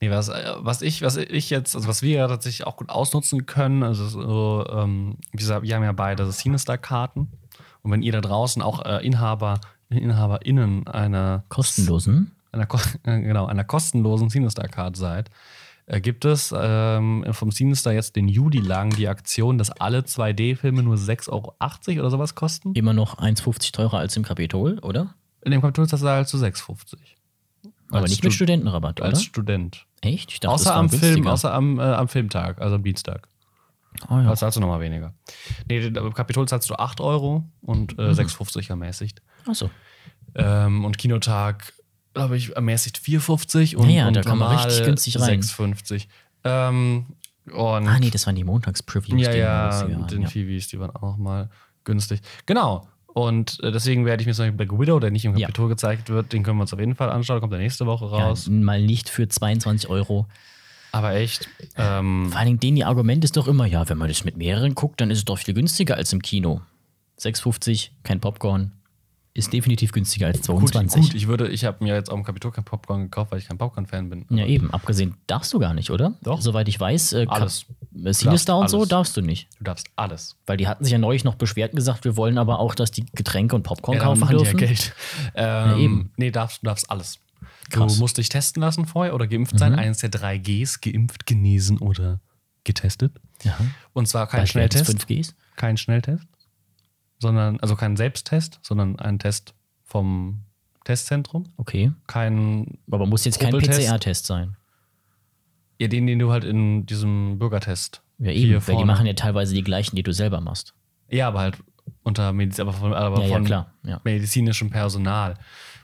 [SPEAKER 2] nee, was, äh, was ich, was ich jetzt, also was wir ja tatsächlich auch gut ausnutzen können, also so, ähm, wie gesagt, wir haben ja beide Cinestar-Karten. Und wenn ihr da draußen auch äh, Inhaber, InhaberInnen einer
[SPEAKER 1] Kostenlosen.
[SPEAKER 2] einer, ko- äh, genau, einer kostenlosen Cinestar-Card seid, äh, gibt es ähm, vom CineStar jetzt den Juli lang die Aktion, dass alle 2D-Filme nur 6,80 Euro oder sowas kosten.
[SPEAKER 1] Immer noch 1,50 teurer als im Kapitol, oder?
[SPEAKER 2] In dem Kapitol ist das halt zu 6,50.
[SPEAKER 1] Aber
[SPEAKER 2] Als
[SPEAKER 1] nicht mit
[SPEAKER 2] Stu-
[SPEAKER 1] Studentenrabatt, oder?
[SPEAKER 2] Als Student.
[SPEAKER 1] Echt? Ich dachte, das
[SPEAKER 2] Außer
[SPEAKER 1] war
[SPEAKER 2] am, Film,
[SPEAKER 1] günstiger.
[SPEAKER 2] außer am, äh, am Filmtag, also am Dienstag.
[SPEAKER 1] oh, ja.
[SPEAKER 2] Da zahlst du nochmal weniger. Nee, aber im Kapitol zahlst du 8 Euro und äh,
[SPEAKER 1] Mhm.
[SPEAKER 2] 6,50 ermäßigt.
[SPEAKER 1] Achso.
[SPEAKER 2] Ähm, und Kinotag, glaube ich, ermäßigt 4,50 und,
[SPEAKER 1] Ja, ja,
[SPEAKER 2] und
[SPEAKER 1] da kann man
[SPEAKER 2] normal
[SPEAKER 1] richtig günstig rein.
[SPEAKER 2] 6,50. Ähm, und
[SPEAKER 1] Ah, nee, das waren die Montagsprivilegs.
[SPEAKER 2] ja,
[SPEAKER 1] die wir
[SPEAKER 2] ja, mit
[SPEAKER 1] das hier
[SPEAKER 2] den
[SPEAKER 1] hatten,
[SPEAKER 2] Phoebes, die waren auch noch mal günstig. Genau. Und äh, deswegen werde ich mir zum Beispiel Black Widow, der nicht im
[SPEAKER 1] Ja.
[SPEAKER 2] Kapitol gezeigt wird, den können wir uns auf jeden Fall anschauen, kommt der nächste Woche
[SPEAKER 1] ja.
[SPEAKER 2] raus.
[SPEAKER 1] ja, mal nicht für 22 Euro.
[SPEAKER 2] Aber echt, ähm,
[SPEAKER 1] Vor allen Dingen, denen ihr Argument ist doch immer, ja, wenn man das mit mehreren guckt, dann ist es doch viel günstiger als im Kino. 6,50, kein Popcorn, ist definitiv günstiger als
[SPEAKER 2] gut,
[SPEAKER 1] 22.
[SPEAKER 2] gut, ich würde, ich habe mir jetzt auch im Kapitol kein Popcorn gekauft, weil ich kein Popcorn-Fan bin.
[SPEAKER 1] Ja, eben, abgesehen darfst du gar nicht, oder?
[SPEAKER 2] Doch.
[SPEAKER 1] Soweit ich weiß, äh, Kap-
[SPEAKER 2] Alles.
[SPEAKER 1] äh, Sinistar und so
[SPEAKER 2] alles.
[SPEAKER 1] darfst du nicht.
[SPEAKER 2] Du darfst alles.
[SPEAKER 1] Weil die hatten sich ja neulich noch beschwert und gesagt, wir wollen aber auch, dass die Getränke und Popcorn
[SPEAKER 2] Ja, dann
[SPEAKER 1] kaufen
[SPEAKER 2] machen die
[SPEAKER 1] dürfen.
[SPEAKER 2] Ja Geld. Ähm,
[SPEAKER 1] eben.
[SPEAKER 2] Nee, darfst, du darfst alles.
[SPEAKER 1] Krass. Mhm.
[SPEAKER 2] Du musst dich testen lassen vorher oder geimpft sein. Eines der drei Gs, geimpft, genesen oder getestet.
[SPEAKER 1] Ja.
[SPEAKER 2] Und zwar kein
[SPEAKER 1] Bei
[SPEAKER 2] Schnelltest.
[SPEAKER 1] 5Gs.
[SPEAKER 2] kein Schnelltest, sondern, also kein Selbsttest, sondern ein Test vom Testzentrum.
[SPEAKER 1] Okay.
[SPEAKER 2] Kein,
[SPEAKER 1] Aber muss jetzt kein
[SPEAKER 2] Probetest.
[SPEAKER 1] PCR-Test sein.
[SPEAKER 2] ja, den, den du halt in diesem Bürgertest.
[SPEAKER 1] Ja,
[SPEAKER 2] hier
[SPEAKER 1] eben, weil die
[SPEAKER 2] vorne-
[SPEAKER 1] machen ja teilweise die gleichen, die du selber machst.
[SPEAKER 2] Ja, aber halt unter Mediz aber von, aber
[SPEAKER 1] Ja, ja,
[SPEAKER 2] von
[SPEAKER 1] klar, ja.
[SPEAKER 2] medizinischem Personal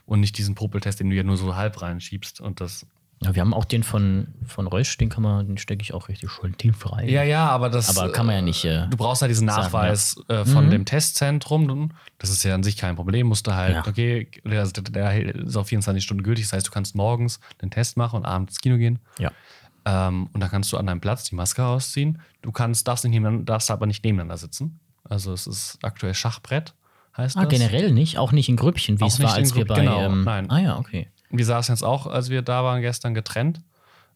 [SPEAKER 2] und nicht diesen Popeltest, den du ja nur so halb reinschiebst und das.
[SPEAKER 1] Ja, wir haben auch den von, von Reusch, den kann man, den stecke ich auch richtig schön tief rein.
[SPEAKER 2] Ja, ja, aber das.
[SPEAKER 1] Aber kann man ja nicht. Äh,
[SPEAKER 2] Du brauchst halt diesen
[SPEAKER 1] Sagen,
[SPEAKER 2] Nachweis äh, von dem Testzentrum. Das ist ja an sich kein Problem. Musst du halt,
[SPEAKER 1] Ja.
[SPEAKER 2] okay, der, der ist auf 24 Stunden gültig. Das heißt, du kannst morgens den Test machen und abends ins Kino gehen.
[SPEAKER 1] ja.
[SPEAKER 2] Ähm, und dann kannst du an deinem Platz die Maske ausziehen. Du kannst, darfst, nicht nebeneinander, darfst aber nicht nebeneinander sitzen. Also es ist aktuell Schachbrett, heißt
[SPEAKER 1] Ah,
[SPEAKER 2] das.
[SPEAKER 1] generell nicht, auch nicht in Grüppchen, wie
[SPEAKER 2] Auch
[SPEAKER 1] es war,
[SPEAKER 2] nicht in
[SPEAKER 1] als wir
[SPEAKER 2] Grüpp-
[SPEAKER 1] bei.
[SPEAKER 2] genau,
[SPEAKER 1] ähm,
[SPEAKER 2] nein.
[SPEAKER 1] Ah ja, okay.
[SPEAKER 2] Wir saßen jetzt auch, als wir da waren, gestern getrennt.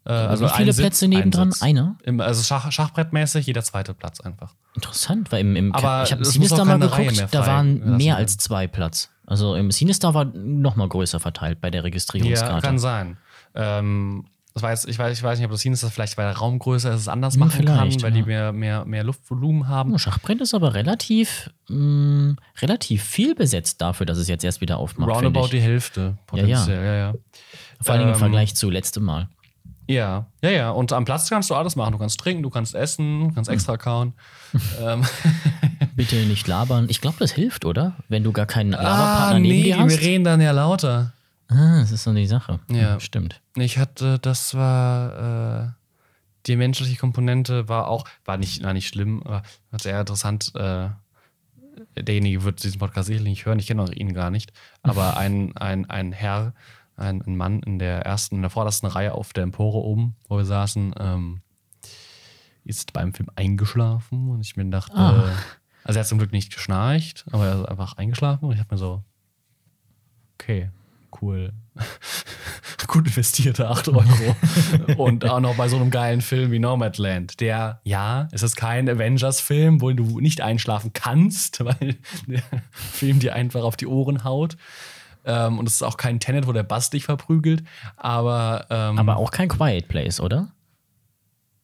[SPEAKER 2] Äh,
[SPEAKER 1] Also wie
[SPEAKER 2] ein
[SPEAKER 1] viele
[SPEAKER 2] Sitz,
[SPEAKER 1] Plätze
[SPEAKER 2] ein
[SPEAKER 1] nebendran?
[SPEAKER 2] Sitz.
[SPEAKER 1] Einer?
[SPEAKER 2] Im, also Schach, Schachbrettmäßig jeder zweite Platz einfach.
[SPEAKER 1] Interessant, weil im, im
[SPEAKER 2] Aber
[SPEAKER 1] ich habe
[SPEAKER 2] es muss auch
[SPEAKER 1] Sinister mal
[SPEAKER 2] keine Reihe mehr
[SPEAKER 1] geguckt, da
[SPEAKER 2] frei
[SPEAKER 1] waren
[SPEAKER 2] lassen
[SPEAKER 1] mehr
[SPEAKER 2] werden.
[SPEAKER 1] als zwei Platz. Also im Sinister war noch mal größer verteilt bei der
[SPEAKER 2] Ja,
[SPEAKER 1] Registrierungskarte.
[SPEAKER 2] kann sein. Ähm, das weiß, ich, weiß, ich weiß nicht, ob das Sinus das vielleicht bei der Raumgröße es anders
[SPEAKER 1] Hm,
[SPEAKER 2] machen kann,
[SPEAKER 1] vielleicht,
[SPEAKER 2] weil die
[SPEAKER 1] ja.
[SPEAKER 2] mehr, mehr, mehr Luftvolumen haben.
[SPEAKER 1] Oh, Schachbrett ist aber relativ, mh, relativ viel besetzt dafür, dass es jetzt erst wieder aufmacht. finde
[SPEAKER 2] Roundabout
[SPEAKER 1] ich.
[SPEAKER 2] die Hälfte potenziell. Ja, ja.
[SPEAKER 1] Vor allem im
[SPEAKER 2] ähm,
[SPEAKER 1] Vergleich zu letztem Mal.
[SPEAKER 2] Ja, ja, ja. Und am Platz kannst du alles machen. Du kannst trinken, du kannst essen, du kannst extra kauen. ähm,
[SPEAKER 1] Bitte nicht labern. Ich glaube, das hilft, oder? Wenn du gar keinen Laberpartner
[SPEAKER 2] ah,
[SPEAKER 1] neben
[SPEAKER 2] nee,
[SPEAKER 1] dir
[SPEAKER 2] wir
[SPEAKER 1] hast.
[SPEAKER 2] reden dann ja lauter.
[SPEAKER 1] Ah, das ist so die Sache.
[SPEAKER 2] Ja.
[SPEAKER 1] Hm, Stimmt.
[SPEAKER 2] Ich hatte, das war äh, die menschliche Komponente war auch, war nicht, war nicht schlimm, aber war sehr interessant. Äh, derjenige wird diesen Podcast sicherlich nicht hören, ich kenne auch ihn gar nicht. Aber ein, ein, ein Herr, ein, ein Mann in der ersten, in der vordersten Reihe auf der Empore oben, wo wir saßen, ähm, ist beim Film eingeschlafen und ich mir dachte,
[SPEAKER 1] Ah.
[SPEAKER 2] also er hat zum Glück nicht geschnarcht, aber er ist einfach eingeschlafen und ich habe mir so, okay, cool. Gut investierte 8 Euro. und auch noch bei so einem geilen Film wie Nomadland. Der, ja, es ist kein Avengers-Film, wo du nicht einschlafen kannst, weil der Film dir einfach auf die Ohren haut. Ähm, und es ist auch kein Tenet, wo der Bass dich verprügelt. Aber, ähm,
[SPEAKER 1] Aber auch kein Quiet Place, oder?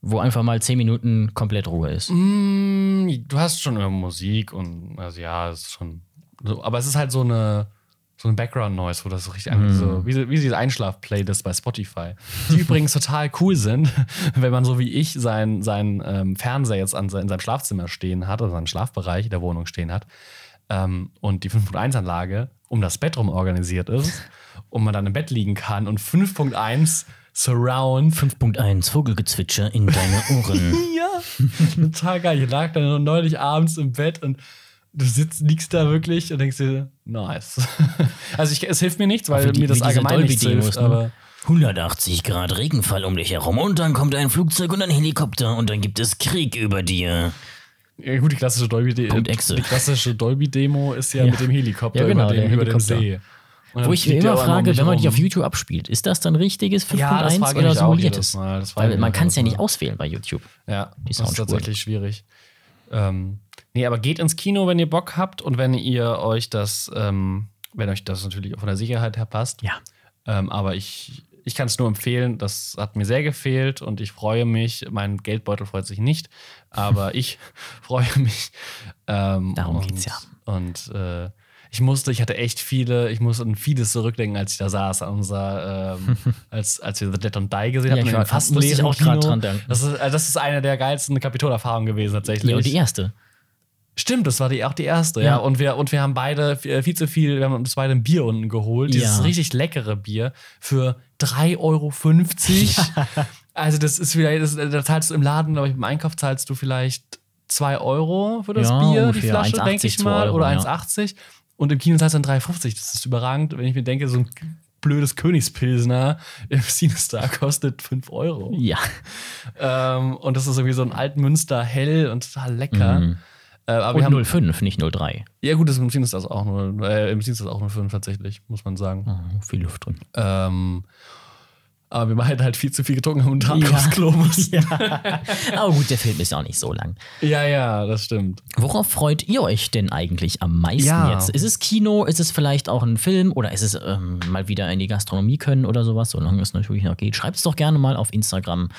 [SPEAKER 1] Wo einfach mal zehn Minuten komplett Ruhe ist.
[SPEAKER 2] Mhm. Mm, du hast schon immer Musik und also ja, es ist schon. So, aber es ist halt so eine so ein Background Noise, wo das so richtig angeht, so wie so- wie diese Einschlaf-Playlist bei Spotify, die übrigens total cool sind, wenn man so wie ich seinen seinen ähm, Fernseher jetzt an, se- in seinem Schlafzimmer stehen hat oder seinen Schlafbereich in der Wohnung stehen hat ähm, und die 5.1 Anlage um das Bett rum organisiert ist und man dann im Bett liegen kann und 5.1 Surround
[SPEAKER 1] 5.1 Vogelgezwitscher in deine Ohren.
[SPEAKER 2] ja, total geil. Ich lag dann neulich abends im Bett und du sitzt, liegst da wirklich und denkst dir, nice. Also ich, es hilft mir nichts, weil
[SPEAKER 1] Wie die-
[SPEAKER 2] mir das
[SPEAKER 1] wie diese
[SPEAKER 2] allgemein nichts
[SPEAKER 1] Dolby-Demos,
[SPEAKER 2] hilft.
[SPEAKER 1] ne?
[SPEAKER 2] Aber
[SPEAKER 1] 180 Grad Regenfall um dich herum und dann kommt ein Flugzeug und ein Helikopter und dann gibt es Krieg über dir.
[SPEAKER 2] ja, gut, die klassische Dolby-Demo
[SPEAKER 1] Punkt Exe.
[SPEAKER 2] die klassische Dolby-Demo ist ja,
[SPEAKER 1] Ja.
[SPEAKER 2] mit dem Helikopter
[SPEAKER 1] Ja, genau,
[SPEAKER 2] über, dem,
[SPEAKER 1] der
[SPEAKER 2] über dem
[SPEAKER 1] Helikopter.
[SPEAKER 2] See. Und dann
[SPEAKER 1] Wo ich mir
[SPEAKER 2] fliegt der
[SPEAKER 1] immer
[SPEAKER 2] aber noch
[SPEAKER 1] frage,
[SPEAKER 2] nicht
[SPEAKER 1] wenn man die
[SPEAKER 2] rum.
[SPEAKER 1] auf YouTube abspielt, ist das dann richtiges 5.1
[SPEAKER 2] Ja, das frage ich
[SPEAKER 1] oder
[SPEAKER 2] mich auch
[SPEAKER 1] simuliertes?
[SPEAKER 2] jedes Mal. Das frage
[SPEAKER 1] Weil
[SPEAKER 2] ich mich
[SPEAKER 1] man
[SPEAKER 2] auch
[SPEAKER 1] kann es ja
[SPEAKER 2] jedes
[SPEAKER 1] nicht auswählen bei YouTube.
[SPEAKER 2] Ja, das ist
[SPEAKER 1] Soundspuren.
[SPEAKER 2] tatsächlich schwierig. Ähm, nee, aber geht ins Kino, wenn ihr Bock habt und wenn ihr euch das, ähm, wenn euch das natürlich auch von der Sicherheit her passt.
[SPEAKER 1] Ja.
[SPEAKER 2] Ähm, aber ich Ich kann es nur empfehlen, das hat mir sehr gefehlt und ich freue mich. Mein Geldbeutel freut sich nicht, aber ich freue mich. Ähm,
[SPEAKER 1] Darum
[SPEAKER 2] und,
[SPEAKER 1] geht's ja.
[SPEAKER 2] Und äh, ich musste, ich hatte echt viele, ich musste an vieles zurückdenken, als ich da saß, an unser, ähm, als, als wir The Dead and Die gesehen
[SPEAKER 1] Ja,
[SPEAKER 2] haben,
[SPEAKER 1] ich
[SPEAKER 2] in
[SPEAKER 1] war-
[SPEAKER 2] dem fast
[SPEAKER 1] musste ich
[SPEAKER 2] leeren
[SPEAKER 1] auch grad
[SPEAKER 2] Kino.
[SPEAKER 1] dran denken.
[SPEAKER 2] Das ist, äh, das ist eine der geilsten Kapitolerfahrungen gewesen, tatsächlich.
[SPEAKER 1] Ja, und die erste.
[SPEAKER 2] Stimmt, das war die, auch die erste, ja.
[SPEAKER 1] Ja.
[SPEAKER 2] Und, wir, und wir haben beide viel, viel zu viel, wir haben uns beide ein Bier unten geholt. Dieses
[SPEAKER 1] Ja.
[SPEAKER 2] richtig leckere Bier für 3,50 Euro. Also, das ist vielleicht, das, da zahlst du im Laden, glaube ich, im Einkauf zahlst du vielleicht 2 Euro für das
[SPEAKER 1] Ja,
[SPEAKER 2] Bier, die
[SPEAKER 1] ungefähr
[SPEAKER 2] Flasche,
[SPEAKER 1] 1,80,
[SPEAKER 2] denke ich
[SPEAKER 1] 2
[SPEAKER 2] mal,
[SPEAKER 1] Euro,
[SPEAKER 2] oder
[SPEAKER 1] ja.
[SPEAKER 2] 1,80. Und im Kino zahlst du dann 3,50. Das ist überragend, wenn ich mir denke, so ein blödes Königspilsner im Sinestar kostet 5 Euro.
[SPEAKER 1] Ja.
[SPEAKER 2] Ähm, und das ist irgendwie so ein Altmünster hell und total lecker. Äh, aber wir haben
[SPEAKER 1] Mhm. Und 05, nicht 03.
[SPEAKER 2] ja, gut, das im Team ist das auch nur, äh, im Team ist das auch nur 5 tatsächlich, muss man sagen.
[SPEAKER 1] Oh, viel Luft drin.
[SPEAKER 2] Ähm, aber wir beide halt viel zu viel getrunken haben und dann aufs Klo mussten.
[SPEAKER 1] Aber gut, der Film ist ja auch nicht so lang.
[SPEAKER 2] Ja, ja, das stimmt.
[SPEAKER 1] Worauf freut ihr euch denn eigentlich am meisten
[SPEAKER 2] Ja.
[SPEAKER 1] jetzt? Ist es Kino? Ist es vielleicht auch ein Film? Oder ist es ähm, mal wieder in die Gastronomie können oder sowas? Solange es natürlich noch geht. Schreibt es doch gerne mal auf Instagram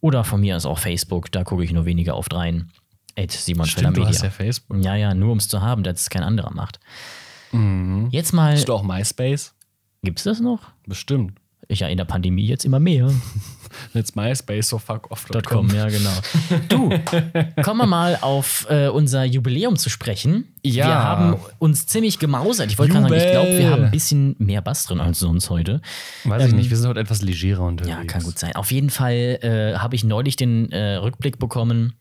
[SPEAKER 1] oder von mir ist auch Facebook. Da gucke ich nur weniger oft rein. At Simon Scheller
[SPEAKER 2] Stimmt, du hast ja
[SPEAKER 1] Media.
[SPEAKER 2] Facebook.
[SPEAKER 1] Ja, ja, nur um es zu haben, dass es kein anderer macht.
[SPEAKER 2] Mhm.
[SPEAKER 1] Jetzt mal,
[SPEAKER 2] Hast du auch MySpace?
[SPEAKER 1] gibt es das noch?
[SPEAKER 2] Bestimmt.
[SPEAKER 1] Ich ja, in der Pandemie jetzt immer mehr.
[SPEAKER 2] Jetzt MySpace, so fuck off.
[SPEAKER 1] .com, ja, genau. Du, kommen wir mal auf äh, unser Jubiläum zu sprechen.
[SPEAKER 2] Ja.
[SPEAKER 1] Wir haben uns ziemlich gemausert. Ich wollte gerade sagen, ich
[SPEAKER 2] Jubel.
[SPEAKER 1] glaube, wir haben ein bisschen mehr Bass drin als sonst heute.
[SPEAKER 2] Weiß ich nicht, wir sind heute etwas legerer unterwegs.
[SPEAKER 1] Ja, kann gut sein. Auf jeden Fall äh, habe ich neulich den äh, Rückblick bekommen.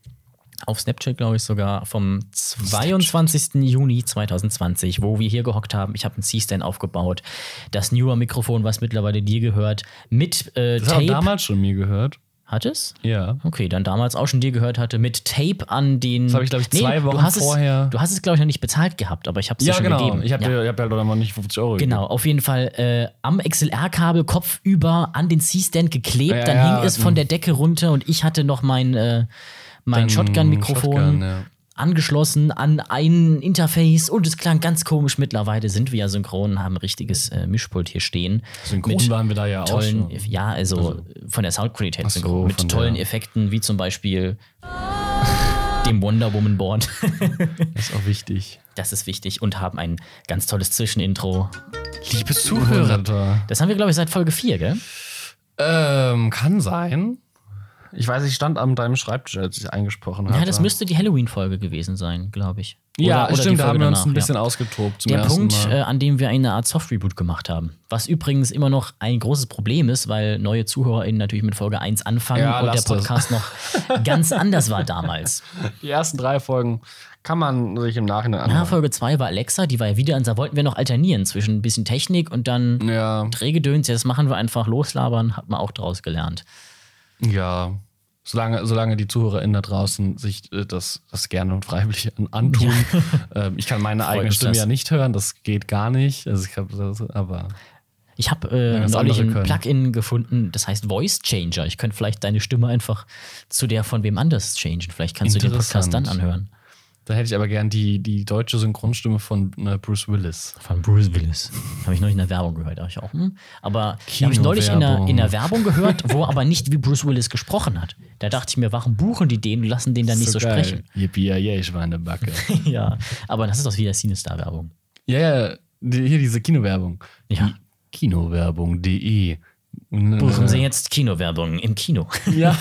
[SPEAKER 1] Auf Snapchat, glaube ich, sogar vom 22. Juni 2020, wo wir hier gehockt haben. Ich habe einen C-Stand aufgebaut. Das Newer-Mikrofon, was mittlerweile dir gehört, mit äh,
[SPEAKER 2] Das hat auch
[SPEAKER 1] Tape.
[SPEAKER 2] damals schon mir gehört.
[SPEAKER 1] Hat es?
[SPEAKER 2] Ja.
[SPEAKER 1] Okay, dann damals auch schon dir gehört hatte, mit Tape an den. Das
[SPEAKER 2] hab ich, glaub ich, zwei Wochen
[SPEAKER 1] du hast
[SPEAKER 2] vorher-
[SPEAKER 1] Es, du hast es, glaube ich, noch nicht bezahlt gehabt, aber ich habe es dir
[SPEAKER 2] Ja,
[SPEAKER 1] schon
[SPEAKER 2] genau.
[SPEAKER 1] gegeben.
[SPEAKER 2] Ich habe
[SPEAKER 1] ja.
[SPEAKER 2] dir ich hab dir halt auch noch nicht 50 Euro
[SPEAKER 1] Genau, auf jeden Fall äh, am XLR-Kabel kopfüber an den C-Stand geklebt,
[SPEAKER 2] Ja,
[SPEAKER 1] dann
[SPEAKER 2] ja, mhm.
[SPEAKER 1] hing es
[SPEAKER 2] mh.
[SPEAKER 1] von der Decke runter und ich hatte noch mein, äh, mein
[SPEAKER 2] Dein
[SPEAKER 1] Shotgun-Mikrofon
[SPEAKER 2] Shotgun, ne. ja.
[SPEAKER 1] angeschlossen an ein Interface und es klang ganz komisch. Mittlerweile sind wir ja synchron, haben ein richtiges äh, Mischpult hier stehen.
[SPEAKER 2] Synchron
[SPEAKER 1] Mit-
[SPEAKER 2] waren wir da ja auch
[SPEAKER 1] tollen,
[SPEAKER 2] schon.
[SPEAKER 1] ja, also, von der Soundqualität
[SPEAKER 2] so,
[SPEAKER 1] synchron,
[SPEAKER 2] von
[SPEAKER 1] mit tollen
[SPEAKER 2] der-
[SPEAKER 1] Effekten, wie zum Beispiel dem Wonder Woman Board.
[SPEAKER 2] Das ist auch wichtig.
[SPEAKER 1] Das ist wichtig und haben ein ganz tolles Zwischenintro.
[SPEAKER 2] Liebe Zuhörer.
[SPEAKER 1] Das haben wir, glaube ich, seit Folge 4, gell?
[SPEAKER 2] Ähm, kann sein. Ich weiß, ich stand an deinem Schreibtisch, als ich eingesprochen habe.
[SPEAKER 1] Ja, das müsste die Halloween-Folge gewesen sein, glaube ich.
[SPEAKER 2] Ja,
[SPEAKER 1] die
[SPEAKER 2] stimmt,
[SPEAKER 1] Folge
[SPEAKER 2] da haben wir uns
[SPEAKER 1] danach,
[SPEAKER 2] ein bisschen
[SPEAKER 1] ja.
[SPEAKER 2] ausgetobt zum
[SPEAKER 1] Der
[SPEAKER 2] ersten
[SPEAKER 1] Punkt,
[SPEAKER 2] Mal.
[SPEAKER 1] äh, an dem wir eine Art Soft-Reboot gemacht haben. Was übrigens immer noch ein großes Problem ist, weil neue ZuhörerInnen natürlich mit Folge 1 anfangen
[SPEAKER 2] Ja,
[SPEAKER 1] und der
[SPEAKER 2] lasst es.
[SPEAKER 1] Podcast noch ganz anders war damals.
[SPEAKER 2] Die ersten drei Folgen kann man sich im Nachhinein
[SPEAKER 1] Ja,
[SPEAKER 2] anhören.
[SPEAKER 1] Folge 2 war Alexa, die war ja wieder, und da wollten wir noch alternieren zwischen ein bisschen Technik und dann
[SPEAKER 2] Ja,
[SPEAKER 1] Drehgedöns. Ja, das machen wir einfach loslabern, hat man auch draus gelernt.
[SPEAKER 2] ja. Solange, solange die ZuhörerInnen da draußen sich äh, das, das gerne und freiwillig an, antun. Ähm, ich kann meine eigene
[SPEAKER 1] uns
[SPEAKER 2] Stimme
[SPEAKER 1] das.
[SPEAKER 2] ja nicht hören, das geht gar nicht. Also ich hab, das, aber
[SPEAKER 1] Ich habe äh,
[SPEAKER 2] das
[SPEAKER 1] neulich
[SPEAKER 2] andere
[SPEAKER 1] ein
[SPEAKER 2] können.
[SPEAKER 1] Plugin gefunden, das heißt Voice Changer. Ich könnte vielleicht deine Stimme einfach zu der von wem anders changen. Vielleicht kannst du den Podcast dann
[SPEAKER 2] Interessant.
[SPEAKER 1] anhören.
[SPEAKER 2] da hätte ich aber gern die, die deutsche Synchronstimme von äh, Bruce Willis.
[SPEAKER 1] Von Bruce Willis. Habe ich neulich in der Werbung gehört. Hab ich auch, hm. Aber habe ich neulich in der, in der Werbung gehört, wo aber nicht wie Bruce Willis gesprochen hat. Da dachte ich mir, warum buchen die den und lassen den dann nicht so
[SPEAKER 2] geil.
[SPEAKER 1] sprechen?
[SPEAKER 2] Yippie, ja, ja, ich war in der Backe.
[SPEAKER 1] ja, aber das ist doch wieder Cinestar-Werbung.
[SPEAKER 2] Ja, ja, die, hier diese Kinowerbung. E.
[SPEAKER 1] Ja.
[SPEAKER 2] Die Kinowerbung.de.
[SPEAKER 1] Buchen Sie jetzt Kinowerbung im Kino.
[SPEAKER 2] äh, Ja,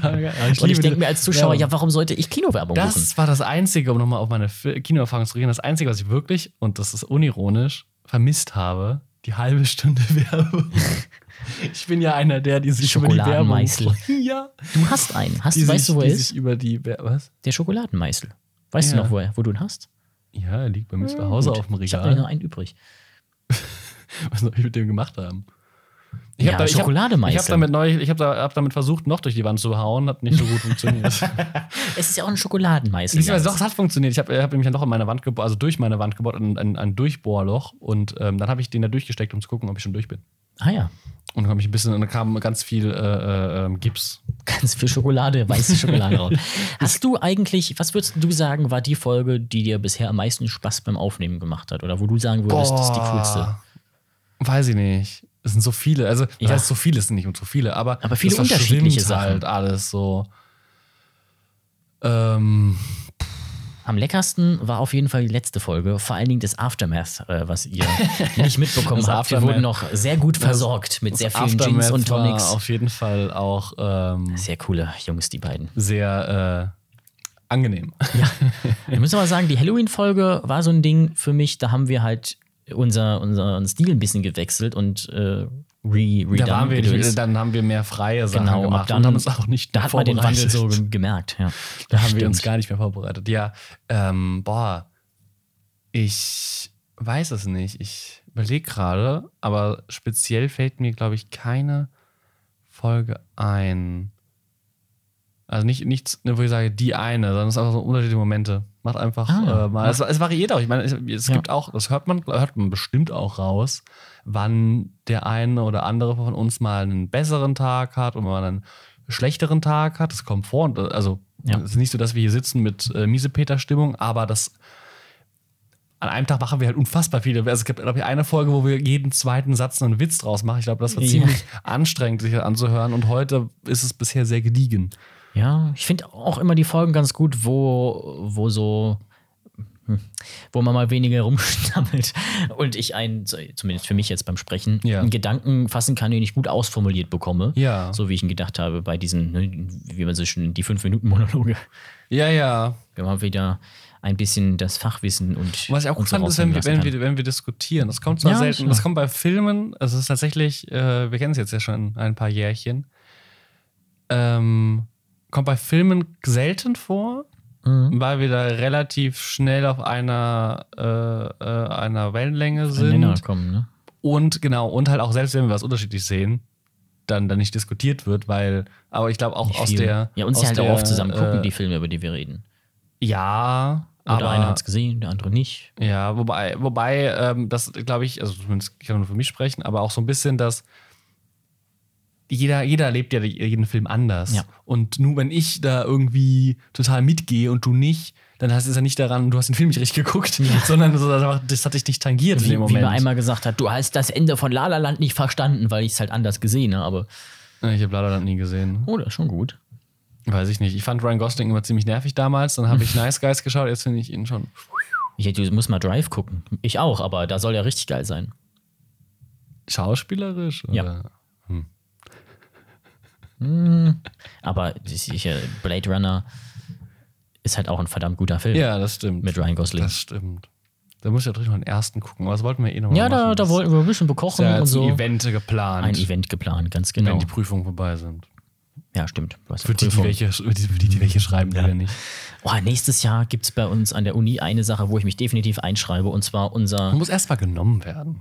[SPEAKER 2] da- ja, ich
[SPEAKER 1] Und ich
[SPEAKER 2] liebe
[SPEAKER 1] denke
[SPEAKER 2] die-
[SPEAKER 1] mir als Zuschauer,
[SPEAKER 2] Werbung.
[SPEAKER 1] ja, warum sollte ich Kinowerbung buchen?
[SPEAKER 2] Das war das Einzige, um nochmal auf meine Fi- Kinoerfahrung zu reden, das Einzige, was ich wirklich, und das ist unironisch, vermisst habe, die halbe Stunde Werbung. Ich bin ja einer, der die sich über die Werbung
[SPEAKER 1] Schokoladenmeißel.
[SPEAKER 2] freut. Ja.
[SPEAKER 1] Du hast einen. Hast,
[SPEAKER 2] Die
[SPEAKER 1] weißt
[SPEAKER 2] sich,
[SPEAKER 1] du, wo er
[SPEAKER 2] die
[SPEAKER 1] ist?
[SPEAKER 2] sich über die Wer- Was?
[SPEAKER 1] Der Schokoladenmeißel. Weißt
[SPEAKER 2] Ja.
[SPEAKER 1] du noch, wo, er- wo du ihn hast?
[SPEAKER 2] Ja, er liegt bei mir zu Hause
[SPEAKER 1] Gut.
[SPEAKER 2] auf dem
[SPEAKER 1] Ich habe noch
[SPEAKER 2] Regal.
[SPEAKER 1] einen übrig.
[SPEAKER 2] Was soll ich mit dem gemacht haben? Ich
[SPEAKER 1] Ja,
[SPEAKER 2] habe da, ich hab, ich hab
[SPEAKER 1] Schokolademeißel.
[SPEAKER 2] damit, neu, ich hab da, hab damit versucht, noch durch die Wand zu hauen, hat nicht so gut funktioniert.
[SPEAKER 1] Es ist ja auch ein Schokoladenmeißel.
[SPEAKER 2] Beziehungsweise doch, es hat funktioniert. Ich habe hab nämlich dann doch in meine Wand gebohrt, also durch meine Wand gebohrt, ein, ein, ein Durchbohrloch. Und ähm, dann habe ich den da durchgesteckt, um zu gucken, ob ich schon durch bin.
[SPEAKER 1] Ah ja,
[SPEAKER 2] Und dann habe ich ein bisschen, und dann kam ganz viel äh, äh, ähm, Gips.
[SPEAKER 1] ganz viel Schokolade, weiße Schokolade raus. Hast du eigentlich, was würdest du sagen, war die Folge, die dir bisher am meisten Spaß beim Aufnehmen gemacht hat? Oder wo du sagen würdest, das ist die coolste?
[SPEAKER 2] Weiß ich nicht. Es sind so viele. Also, das
[SPEAKER 1] Ja.
[SPEAKER 2] heißt, so viele sind nicht und so viele, aber,
[SPEAKER 1] Aber viele
[SPEAKER 2] das verschwimmt
[SPEAKER 1] unterschiedliche Sachen.
[SPEAKER 2] halt alles so. Ähm,
[SPEAKER 1] Am leckersten war auf jeden Fall die letzte Folge, vor allen Dingen das Aftermath, äh, was ihr nicht mitbekommen
[SPEAKER 2] Das
[SPEAKER 1] habt. Wir
[SPEAKER 2] Aftermath.
[SPEAKER 1] wurden noch sehr gut versorgt mit
[SPEAKER 2] das
[SPEAKER 1] sehr vielen Gins
[SPEAKER 2] Aftermath
[SPEAKER 1] und
[SPEAKER 2] war
[SPEAKER 1] Tonics.
[SPEAKER 2] Auf jeden Fall auch ähm,
[SPEAKER 1] Sehr coole Jungs, die beiden.
[SPEAKER 2] sehr äh, angenehm.
[SPEAKER 1] Ich muss aber sagen, die Halloween-Folge war so ein Ding für mich, da haben wir halt unser, unseren Stil ein bisschen gewechselt und äh, re, redone.
[SPEAKER 2] Da waren wir
[SPEAKER 1] gedöns.
[SPEAKER 2] nicht, dann haben wir mehr freie Sachen
[SPEAKER 1] Genau, ab
[SPEAKER 2] gemacht
[SPEAKER 1] dann-
[SPEAKER 2] und haben uns auch nicht
[SPEAKER 1] da
[SPEAKER 2] mehr
[SPEAKER 1] hat man den Wandel
[SPEAKER 2] vorbereitet.
[SPEAKER 1] so ge- gemerkt. Ja.
[SPEAKER 2] Da haben wir uns
[SPEAKER 1] Stimmt.
[SPEAKER 2] gar nicht mehr vorbereitet. Ja, ähm, boah, ich weiß es nicht. Ich überlege gerade, aber speziell fällt mir, glaube ich, keine Folge ein. Also nicht, nichts, ne, wo ich sage, die eine, sondern es sind einfach so unterschiedliche Momente. Macht einfach
[SPEAKER 1] Ah,
[SPEAKER 2] äh, mal. Es, es variiert auch. Ich meine, es, es
[SPEAKER 1] Ja.
[SPEAKER 2] gibt auch, das hört man, hört man bestimmt auch raus, wann der eine oder andere von uns mal einen besseren Tag hat und mal einen schlechteren Tag hat. Das kommt vor. Und, äh, also
[SPEAKER 1] Ja.
[SPEAKER 2] es ist nicht so, dass wir hier sitzen mit äh, Miesepeter-Stimmung, aber das an einem Tag machen wir halt unfassbar viele. Also es gibt, glaube ich, eine Folge, wo wir jeden zweiten Satz einen Witz draus machen. Ich glaube, das war
[SPEAKER 1] Ja.
[SPEAKER 2] ziemlich anstrengend, sich das anzuhören. Und heute ist es bisher sehr gediegen.
[SPEAKER 1] Ja, ich finde auch immer die Folgen ganz gut, wo, wo so, hm, wo man mal weniger rumstammelt und ich einen, so- zumindest für mich jetzt beim Sprechen,
[SPEAKER 2] Ja.
[SPEAKER 1] einen Gedanken fassen kann, den ich gut ausformuliert bekomme.
[SPEAKER 2] Ja.
[SPEAKER 1] So wie ich ihn gedacht habe bei diesen, ne, wie man so schön, die 5-Minuten-Monologe.
[SPEAKER 2] Ja, ja.
[SPEAKER 1] Wenn man wieder ein bisschen das Fachwissen und.
[SPEAKER 2] Was ich auch gut
[SPEAKER 1] und so
[SPEAKER 2] fand, ist, wenn wir,
[SPEAKER 1] raushängen
[SPEAKER 2] wenn,
[SPEAKER 1] lassen
[SPEAKER 2] wir, wenn wir diskutieren. Das kommt zwar
[SPEAKER 1] Ja,
[SPEAKER 2] selten,
[SPEAKER 1] schon.
[SPEAKER 2] das kommt bei Filmen, also es ist tatsächlich, äh, wir kennen es jetzt ja schon ein paar Jährchen, ähm, kommt bei Filmen selten vor,
[SPEAKER 1] kann. Mhm.
[SPEAKER 2] weil wir da relativ schnell auf einer, äh, äh, einer Wellenlänge
[SPEAKER 1] Ein Nenner
[SPEAKER 2] sind.
[SPEAKER 1] kommen, ne?
[SPEAKER 2] Und genau, und halt auch selbst wenn wir was unterschiedlich sehen, dann, dann nicht diskutiert wird, weil, aber ich glaube auch
[SPEAKER 1] Nicht
[SPEAKER 2] aus
[SPEAKER 1] viel.
[SPEAKER 2] der.
[SPEAKER 1] ja, uns
[SPEAKER 2] aus
[SPEAKER 1] ja halt auch oft zusammen gucken,
[SPEAKER 2] äh,
[SPEAKER 1] die Filme, über die wir reden.
[SPEAKER 2] Ja,
[SPEAKER 1] Oder
[SPEAKER 2] aber.
[SPEAKER 1] einer hat es gesehen, der andere nicht.
[SPEAKER 2] Ja, wobei, wobei ähm, das glaube ich, also zumindest ich kann nur für mich sprechen, aber auch so ein bisschen, dass jeder, jeder erlebt ja jeden Film anders.
[SPEAKER 1] Ja.
[SPEAKER 2] Und nur wenn ich da irgendwie total mitgehe und du nicht, dann heißt es ja nicht daran, du hast den Film nicht richtig geguckt, sondern so, das, das hat dich nicht tangiert in
[SPEAKER 1] Wie,
[SPEAKER 2] dem
[SPEAKER 1] wie
[SPEAKER 2] Moment.
[SPEAKER 1] man einmal gesagt hat, du hast das Ende von La La Land nicht verstanden, weil ich es halt anders gesehen habe.
[SPEAKER 2] ich habe leider nie gesehen.
[SPEAKER 1] Oh, das ist schon gut.
[SPEAKER 2] Weiß ich nicht. Ich fand Ryan Gosling immer ziemlich nervig damals, dann habe ich Nice Guys geschaut, jetzt finde ich ihn schon.
[SPEAKER 1] Ich hätte, muss mal Drive gucken. Ich auch, aber da soll ja richtig geil sein.
[SPEAKER 2] Schauspielerisch? Oder?
[SPEAKER 1] Ja. Aber das ist sicher, Blade Runner ist halt auch ein verdammt guter Film
[SPEAKER 2] ja, das stimmt.
[SPEAKER 1] mit Ryan Gosling.
[SPEAKER 2] Das stimmt. Da muss ich ja noch den ersten gucken. Aber das wollten wir eh nochmal
[SPEAKER 1] ja, da,
[SPEAKER 2] machen.
[SPEAKER 1] da wollten wir ein bisschen
[SPEAKER 2] Das
[SPEAKER 1] bekochen
[SPEAKER 2] ist ja
[SPEAKER 1] und
[SPEAKER 2] jetzt
[SPEAKER 1] so.
[SPEAKER 2] ein Event geplant,
[SPEAKER 1] Ein Event geplant, ganz
[SPEAKER 2] wenn
[SPEAKER 1] genau.
[SPEAKER 2] die Prüfungen vorbei sind.
[SPEAKER 1] Ja, stimmt. Du hast ja
[SPEAKER 2] Für die, die
[SPEAKER 1] Prüfung.
[SPEAKER 2] welche, für die, für die, die welche schreiben, die wir nicht.
[SPEAKER 1] Oh, nächstes Jahr gibt es bei uns an der Uni eine Sache, wo ich mich definitiv einschreibe. Und zwar unser,
[SPEAKER 2] Man muss erstmal genommen werden.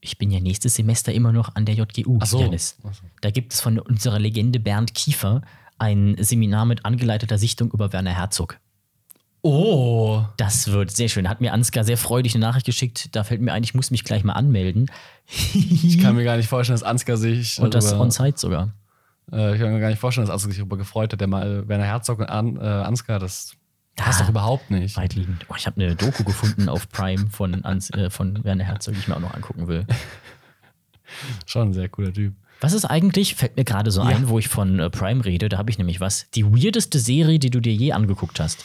[SPEAKER 1] ich bin ja nächstes Semester immer noch an der JGU, Dennis. Da gibt es von unserer Legende Bernd Kiefer ein Seminar mit angeleiteter Sichtung über Werner Herzog.
[SPEAKER 2] Oh.
[SPEAKER 1] Das wird sehr schön. Hat mir Ansgar sehr freudig eine Nachricht geschickt. Da fällt mir ein, ich muss mich gleich mal anmelden.
[SPEAKER 2] Ich kann mir gar nicht vorstellen, dass Ansgar sich.
[SPEAKER 1] Und das
[SPEAKER 2] darüber-
[SPEAKER 1] on-site sogar.
[SPEAKER 2] äh, ich kann mir gar nicht vorstellen, dass Ansgar sich darüber gefreut hat. Der mal Werner Herzog und An, äh, Ansgar, das passt
[SPEAKER 1] Ah.
[SPEAKER 2] doch überhaupt nicht.
[SPEAKER 1] Weitliegend. Oh, ich habe eine Doku gefunden auf Prime von, Ans äh, von Werner Herzog, die ich mir auch noch angucken will.
[SPEAKER 2] Schon ein sehr cooler Typ.
[SPEAKER 1] Was ist eigentlich, fällt mir gerade so ein, wo ich von äh, Prime rede, da habe ich nämlich was, die weirdeste Serie, die du dir je angeguckt hast.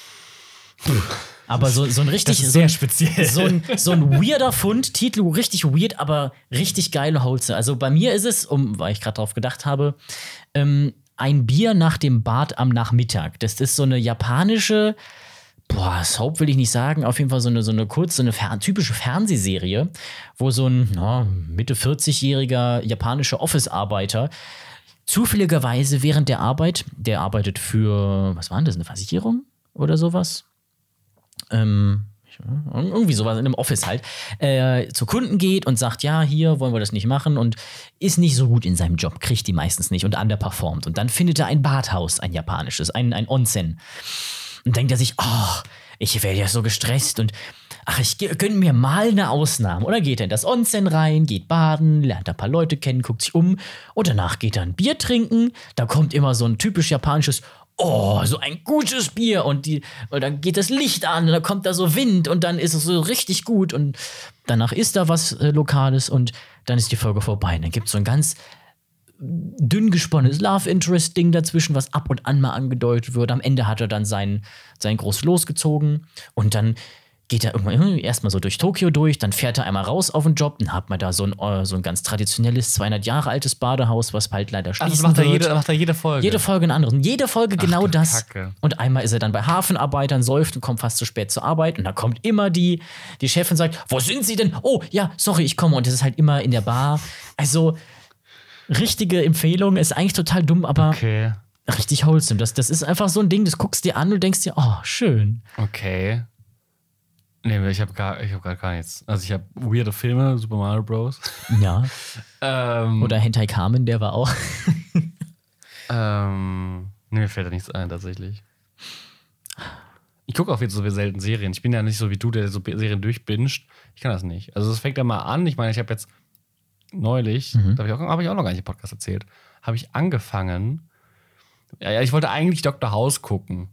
[SPEAKER 1] Aber so, so ein richtig, so ein,
[SPEAKER 2] speziell.
[SPEAKER 1] so ein, so ein weirder Fund, Titel richtig weird, aber richtig geile Holze. Also bei mir ist es, um, weil ich gerade drauf gedacht habe, ähm, ein Bier nach dem Bad am Nachmittag. Das ist so eine japanische, boah, Soap will ich nicht sagen, auf jeden Fall so eine, so eine kurz, so eine fer typische Fernsehserie, wo so ein na, Mitte 40-jähriger japanischer Office-Arbeiter zufälligerweise während der Arbeit, der arbeitet für, was war denn das, eine Versicherung oder sowas? Ähm, ich- irgendwie sowas in einem Office halt, äh, zu Kunden geht und sagt, ja, hier wollen wir das nicht machen und ist nicht so gut in seinem Job, kriegt die meistens nicht und underperformt. Und dann findet er ein Badhaus, ein japanisches, ein, ein Onsen. Und denkt er sich, oh, ich werde ja so gestresst und ach, ich gö- gönn mir mal eine Ausnahme. Oder geht er in das Onsen rein, geht baden, lernt ein paar Leute kennen, guckt sich um und danach geht er ein Bier trinken. Da kommt immer so ein typisch japanisches, oh, so ein gutes Bier und, die, und dann geht das Licht an und dann kommt da so Wind und dann ist es so richtig gut und danach ist da was äh, Lokales und dann ist die Folge vorbei. Und dann gibt es so ein ganz dünn gesponnenes Love Interest Ding dazwischen, was ab und an mal angedeutet wird. Am Ende hat er dann sein, sein großes Los gezogen und dann geht er irgendwann erstmal so durch Tokio durch, dann fährt er einmal raus auf den Job, dann hat man da so ein, äh, so ein ganz traditionelles 200 Jahre altes Badehaus, was halt leider
[SPEAKER 2] Ach,
[SPEAKER 1] schließen
[SPEAKER 2] Also das macht er,
[SPEAKER 1] wird.
[SPEAKER 2] jede, macht er jede Folge.
[SPEAKER 1] Jede Folge ein anderes. Und jede Folge genau
[SPEAKER 2] du
[SPEAKER 1] das.
[SPEAKER 2] Kacke.
[SPEAKER 1] Und einmal ist er dann bei Hafenarbeitern, säuft und kommt fast zu spät zur Arbeit. Und da kommt immer die, die Chefin sagt, wo sind Sie denn? Oh, ja, sorry, ich komme. Und das ist halt immer in der Bar. Also, richtige Empfehlung. Ist eigentlich total dumm, aber
[SPEAKER 2] okay.
[SPEAKER 1] richtig wholesome. Das, das ist einfach so ein Ding, das guckst dir an und denkst dir, oh, schön.
[SPEAKER 2] Okay. Nee, ich habe gar, ich hab gar gar nichts. Also ich habe weirde Filme, Super Mario Bros.
[SPEAKER 1] Ja.
[SPEAKER 2] ähm,
[SPEAKER 1] Oder Hentai Carmen, der war auch.
[SPEAKER 2] ähm, nee, mir fällt da nichts ein, tatsächlich. Ich gucke auch jetzt so selten Serien. Ich bin ja nicht so wie du, der so Serien durchbinscht. Ich kann das nicht. Also es fängt ja mal an. Ich meine, ich habe jetzt neulich,
[SPEAKER 1] Mhm.
[SPEAKER 2] habe ich, auch- hab ich auch noch gar nicht im Podcast erzählt, habe ich angefangen. Ja, ja, ich wollte eigentlich Dr. House gucken.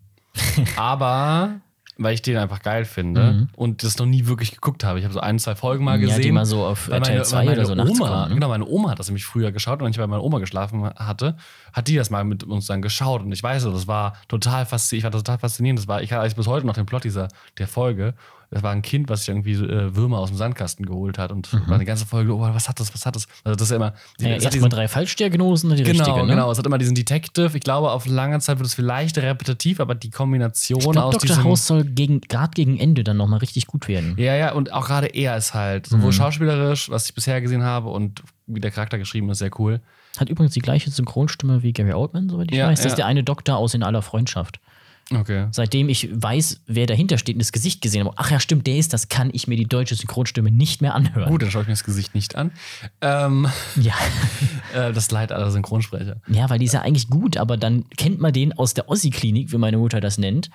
[SPEAKER 2] aber weil ich den einfach geil finde und das noch nie wirklich geguckt habe. Ich habe so ein, zwei Folgen mal
[SPEAKER 1] Mhm. Ja, die
[SPEAKER 2] gesehen.
[SPEAKER 1] mal so auf
[SPEAKER 2] weil
[SPEAKER 1] RTL
[SPEAKER 2] meine,
[SPEAKER 1] 2
[SPEAKER 2] weil meine
[SPEAKER 1] oder so nachts
[SPEAKER 2] Oma,
[SPEAKER 1] kommen, ne?
[SPEAKER 2] Genau, meine Oma hat das nämlich früher geschaut und wenn ich bei meiner Oma geschlafen hatte, hat die das mal mit uns dann geschaut und ich weiß, noch, das war total faszinierend. Ich war total faszinierend. Das war, ich weiß bis heute noch den Plot dieser der Folge. Das war ein Kind, was sich irgendwie äh, Würmer aus dem Sandkasten geholt hat und war eine ganze Folge, oh, was hat das, was hat das? Also das ist ja immer,
[SPEAKER 1] Mhm. Ja,
[SPEAKER 2] es hat
[SPEAKER 1] Erstmal drei Falschdiagnosen, die
[SPEAKER 2] Genau,
[SPEAKER 1] richtige, ne?
[SPEAKER 2] genau. Es hat immer diesen Detective. Ich glaube, auf lange Zeit wird es vielleicht repetitiv, aber die Kombination
[SPEAKER 1] Ich glaube,
[SPEAKER 2] aus
[SPEAKER 1] Dr.
[SPEAKER 2] diesem.
[SPEAKER 1] House soll gegen, gerade gegen Ende dann nochmal richtig gut werden.
[SPEAKER 2] ja, ja, und auch gerade er ist halt
[SPEAKER 1] Mhm.
[SPEAKER 2] sowohl schauspielerisch, was ich bisher gesehen habe, und wie der Charakter geschrieben ist, sehr cool.
[SPEAKER 1] Hat übrigens die gleiche Synchronstimme wie Gary Oldman, soweit ich
[SPEAKER 2] Ja,
[SPEAKER 1] weiß. Das
[SPEAKER 2] ja.
[SPEAKER 1] ist der eine Doktor aus In aller Freundschaft.
[SPEAKER 2] Okay.
[SPEAKER 1] Seitdem ich weiß, wer dahinter steht und das Gesicht gesehen habe, ach ja, stimmt, der ist das, kann ich mir die deutsche Synchronstimme nicht mehr anhören.
[SPEAKER 2] Gut, dann schaue ich mir das Gesicht nicht an. Ähm,
[SPEAKER 1] Ja.
[SPEAKER 2] äh, das Leid aller Synchronsprecher.
[SPEAKER 1] ja, weil die ist ja eigentlich gut, aber dann kennt man den aus der Ossi-Klinik, wie meine Mutter das nennt.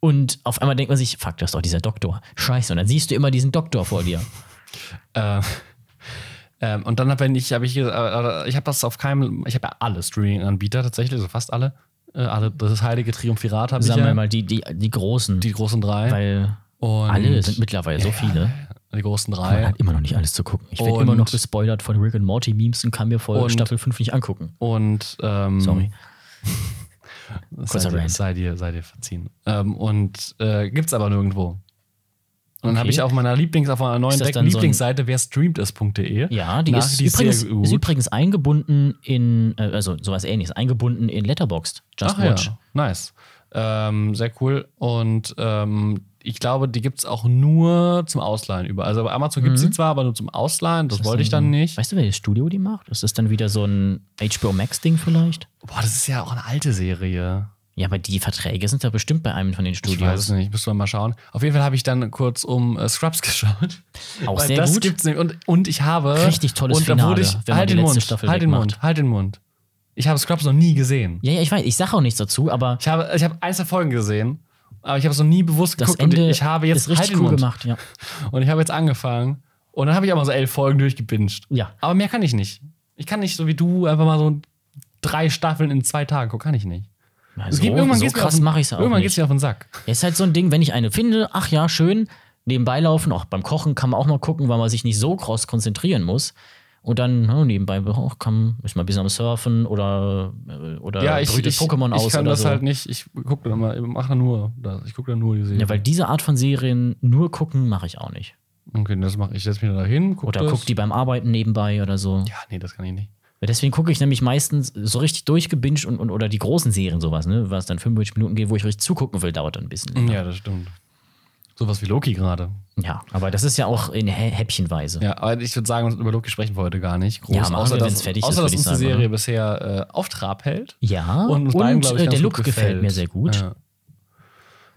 [SPEAKER 1] Und auf einmal denkt man sich, fuck, das ist doch dieser Doktor. Scheiße. Und dann siehst du immer diesen Doktor vor dir.
[SPEAKER 2] Ähm, ähm, und dann habe ich, hab ich, äh, äh, ich habe das auf keinem, ich habe ja alle Streaming-Anbieter tatsächlich, also fast alle. Äh, alle das heilige Triumvirat habe ich
[SPEAKER 1] Sagen
[SPEAKER 2] ja,
[SPEAKER 1] wir mal, die, die, die Großen.
[SPEAKER 2] die großen drei.
[SPEAKER 1] weil
[SPEAKER 2] und
[SPEAKER 1] alle sind mittlerweile so viele.
[SPEAKER 2] die großen
[SPEAKER 1] Man
[SPEAKER 2] drei.
[SPEAKER 1] hat immer noch nicht alles zu gucken. Ich werde
[SPEAKER 2] Und-
[SPEAKER 1] immer noch gespoilert von Rick and Morty Memes und kann mir Folge
[SPEAKER 2] Und-
[SPEAKER 1] Staffel 5 nicht angucken.
[SPEAKER 2] Und ähm,
[SPEAKER 1] Sorry.
[SPEAKER 2] Sei
[SPEAKER 1] Kurzer
[SPEAKER 2] dir,
[SPEAKER 1] Rant.
[SPEAKER 2] sei, dir, sei dir verziehen. Ähm, und äh, gibt's aber nirgendwo. Und dann
[SPEAKER 1] Okay.
[SPEAKER 2] habe ich auf meiner Lieblings, auf meiner neuen
[SPEAKER 1] Ist das
[SPEAKER 2] Deck-
[SPEAKER 1] dann so ein-
[SPEAKER 2] Lieblingsseite, wer streamt es.de.
[SPEAKER 1] Ja, die ist, übrigens, ist übrigens eingebunden in, äh, also sowas ähnliches, eingebunden in Letterboxd. Just
[SPEAKER 2] Ach
[SPEAKER 1] Watch.
[SPEAKER 2] ja, nice. Ähm, sehr cool. Und ähm, ich glaube, die gibt's auch nur zum Ausleihen über. Also bei Amazon gibt's
[SPEAKER 1] Mhm.
[SPEAKER 2] die zwar, aber nur zum Ausleihen. Das wollte ich dann nicht.
[SPEAKER 1] Weißt du, welches Studio die macht? Ist das dann wieder so ein HBO Max-Ding vielleicht?
[SPEAKER 2] Boah, das ist ja auch eine alte Serie.
[SPEAKER 1] Ja, aber die Verträge sind ja bestimmt bei einem von den
[SPEAKER 2] Ich weiß
[SPEAKER 1] Studios.
[SPEAKER 2] es nicht, müssen wir mal schauen. Auf jeden Fall habe ich dann kurz um äh, Scrubs geschaut.
[SPEAKER 1] Auch
[SPEAKER 2] Weil
[SPEAKER 1] Oh, sehr
[SPEAKER 2] das
[SPEAKER 1] gut.
[SPEAKER 2] Gibt's nämlich. und, und ich habe.
[SPEAKER 1] Richtig tolles
[SPEAKER 2] und da
[SPEAKER 1] Finale,
[SPEAKER 2] wurde ich,
[SPEAKER 1] wenn man
[SPEAKER 2] halt
[SPEAKER 1] die
[SPEAKER 2] den
[SPEAKER 1] letzte
[SPEAKER 2] Mund,
[SPEAKER 1] Staffel
[SPEAKER 2] Halt den
[SPEAKER 1] wegmacht.
[SPEAKER 2] Mund, halt den Mund. Ich habe Scrubs noch nie gesehen.
[SPEAKER 1] Ja, ja, ich weiß, ich sage auch nichts dazu, aber
[SPEAKER 2] Ich habe, ich habe eins der Folgen gesehen, aber ich habe es noch nie bewusst
[SPEAKER 1] das
[SPEAKER 2] geguckt.
[SPEAKER 1] Ende
[SPEAKER 2] und ich habe jetzt
[SPEAKER 1] ist richtig
[SPEAKER 2] halt den
[SPEAKER 1] cool
[SPEAKER 2] Mund.
[SPEAKER 1] gemacht. Ja.
[SPEAKER 2] Und ich habe jetzt angefangen. Und dann habe ich auch mal so elf Folgen durchgebinscht.
[SPEAKER 1] Ja.
[SPEAKER 2] Aber mehr kann ich nicht. Ich kann nicht so wie du einfach mal so drei Staffeln in zwei Tagen gucken. Kann ich nicht.
[SPEAKER 1] Na,
[SPEAKER 2] Es
[SPEAKER 1] so,
[SPEAKER 2] geht- irgendwann
[SPEAKER 1] so
[SPEAKER 2] geht's mir auf
[SPEAKER 1] krass
[SPEAKER 2] den-
[SPEAKER 1] mache ich es auch
[SPEAKER 2] Irgendwann
[SPEAKER 1] nicht.
[SPEAKER 2] geht's mir auf den Sack.
[SPEAKER 1] Ja, Ist halt so ein Ding, wenn ich eine finde, ach ja, schön, nebenbei laufen, auch beim Kochen kann man auch mal gucken, weil man sich nicht so krass konzentrieren muss. Und dann hm, nebenbei auch kann, ist mal ein bisschen am Surfen oder, äh, oder
[SPEAKER 2] Ja, ich,
[SPEAKER 1] brütet
[SPEAKER 2] ich,
[SPEAKER 1] Pokémon
[SPEAKER 2] ich
[SPEAKER 1] aus
[SPEAKER 2] kann
[SPEAKER 1] oder
[SPEAKER 2] das
[SPEAKER 1] so.
[SPEAKER 2] halt nicht. Ich gucke dann mal, mache dann nur, das. ich gucke dann nur die Serie.
[SPEAKER 1] ja, weil diese Art von Serien nur gucken, mache ich auch nicht.
[SPEAKER 2] okay, das mache ich. Setz mich da hin, guck
[SPEAKER 1] Oder
[SPEAKER 2] das.
[SPEAKER 1] guck die beim Arbeiten nebenbei oder so.
[SPEAKER 2] Ja, nee, das kann ich nicht.
[SPEAKER 1] Deswegen gucke ich nämlich meistens so richtig durchgebinged und, und oder die großen Serien sowas, ne, was dann 45 Minuten geht, wo ich richtig zugucken will, dauert dann ein bisschen. länger.
[SPEAKER 2] Ja, das stimmt. Sowas wie Loki gerade.
[SPEAKER 1] Ja, aber das ist ja auch in Hä- Häppchenweise.
[SPEAKER 2] Mhm. Ja, aber ich würde sagen, über Loki sprechen wir heute gar nicht. Groß,
[SPEAKER 1] Ja, machen wir,
[SPEAKER 2] außer
[SPEAKER 1] wenn's
[SPEAKER 2] dass,
[SPEAKER 1] fertig ist,
[SPEAKER 2] außer, dass
[SPEAKER 1] würd ich
[SPEAKER 2] uns die
[SPEAKER 1] sagen,
[SPEAKER 2] Serie
[SPEAKER 1] oder?
[SPEAKER 2] bisher äh, auf Trab hält.
[SPEAKER 1] Ja,
[SPEAKER 2] Und, uns beiden, glaub ich,
[SPEAKER 1] äh,
[SPEAKER 2] ganz
[SPEAKER 1] der
[SPEAKER 2] gut
[SPEAKER 1] Look gefällt mir sehr gut.
[SPEAKER 2] Ja.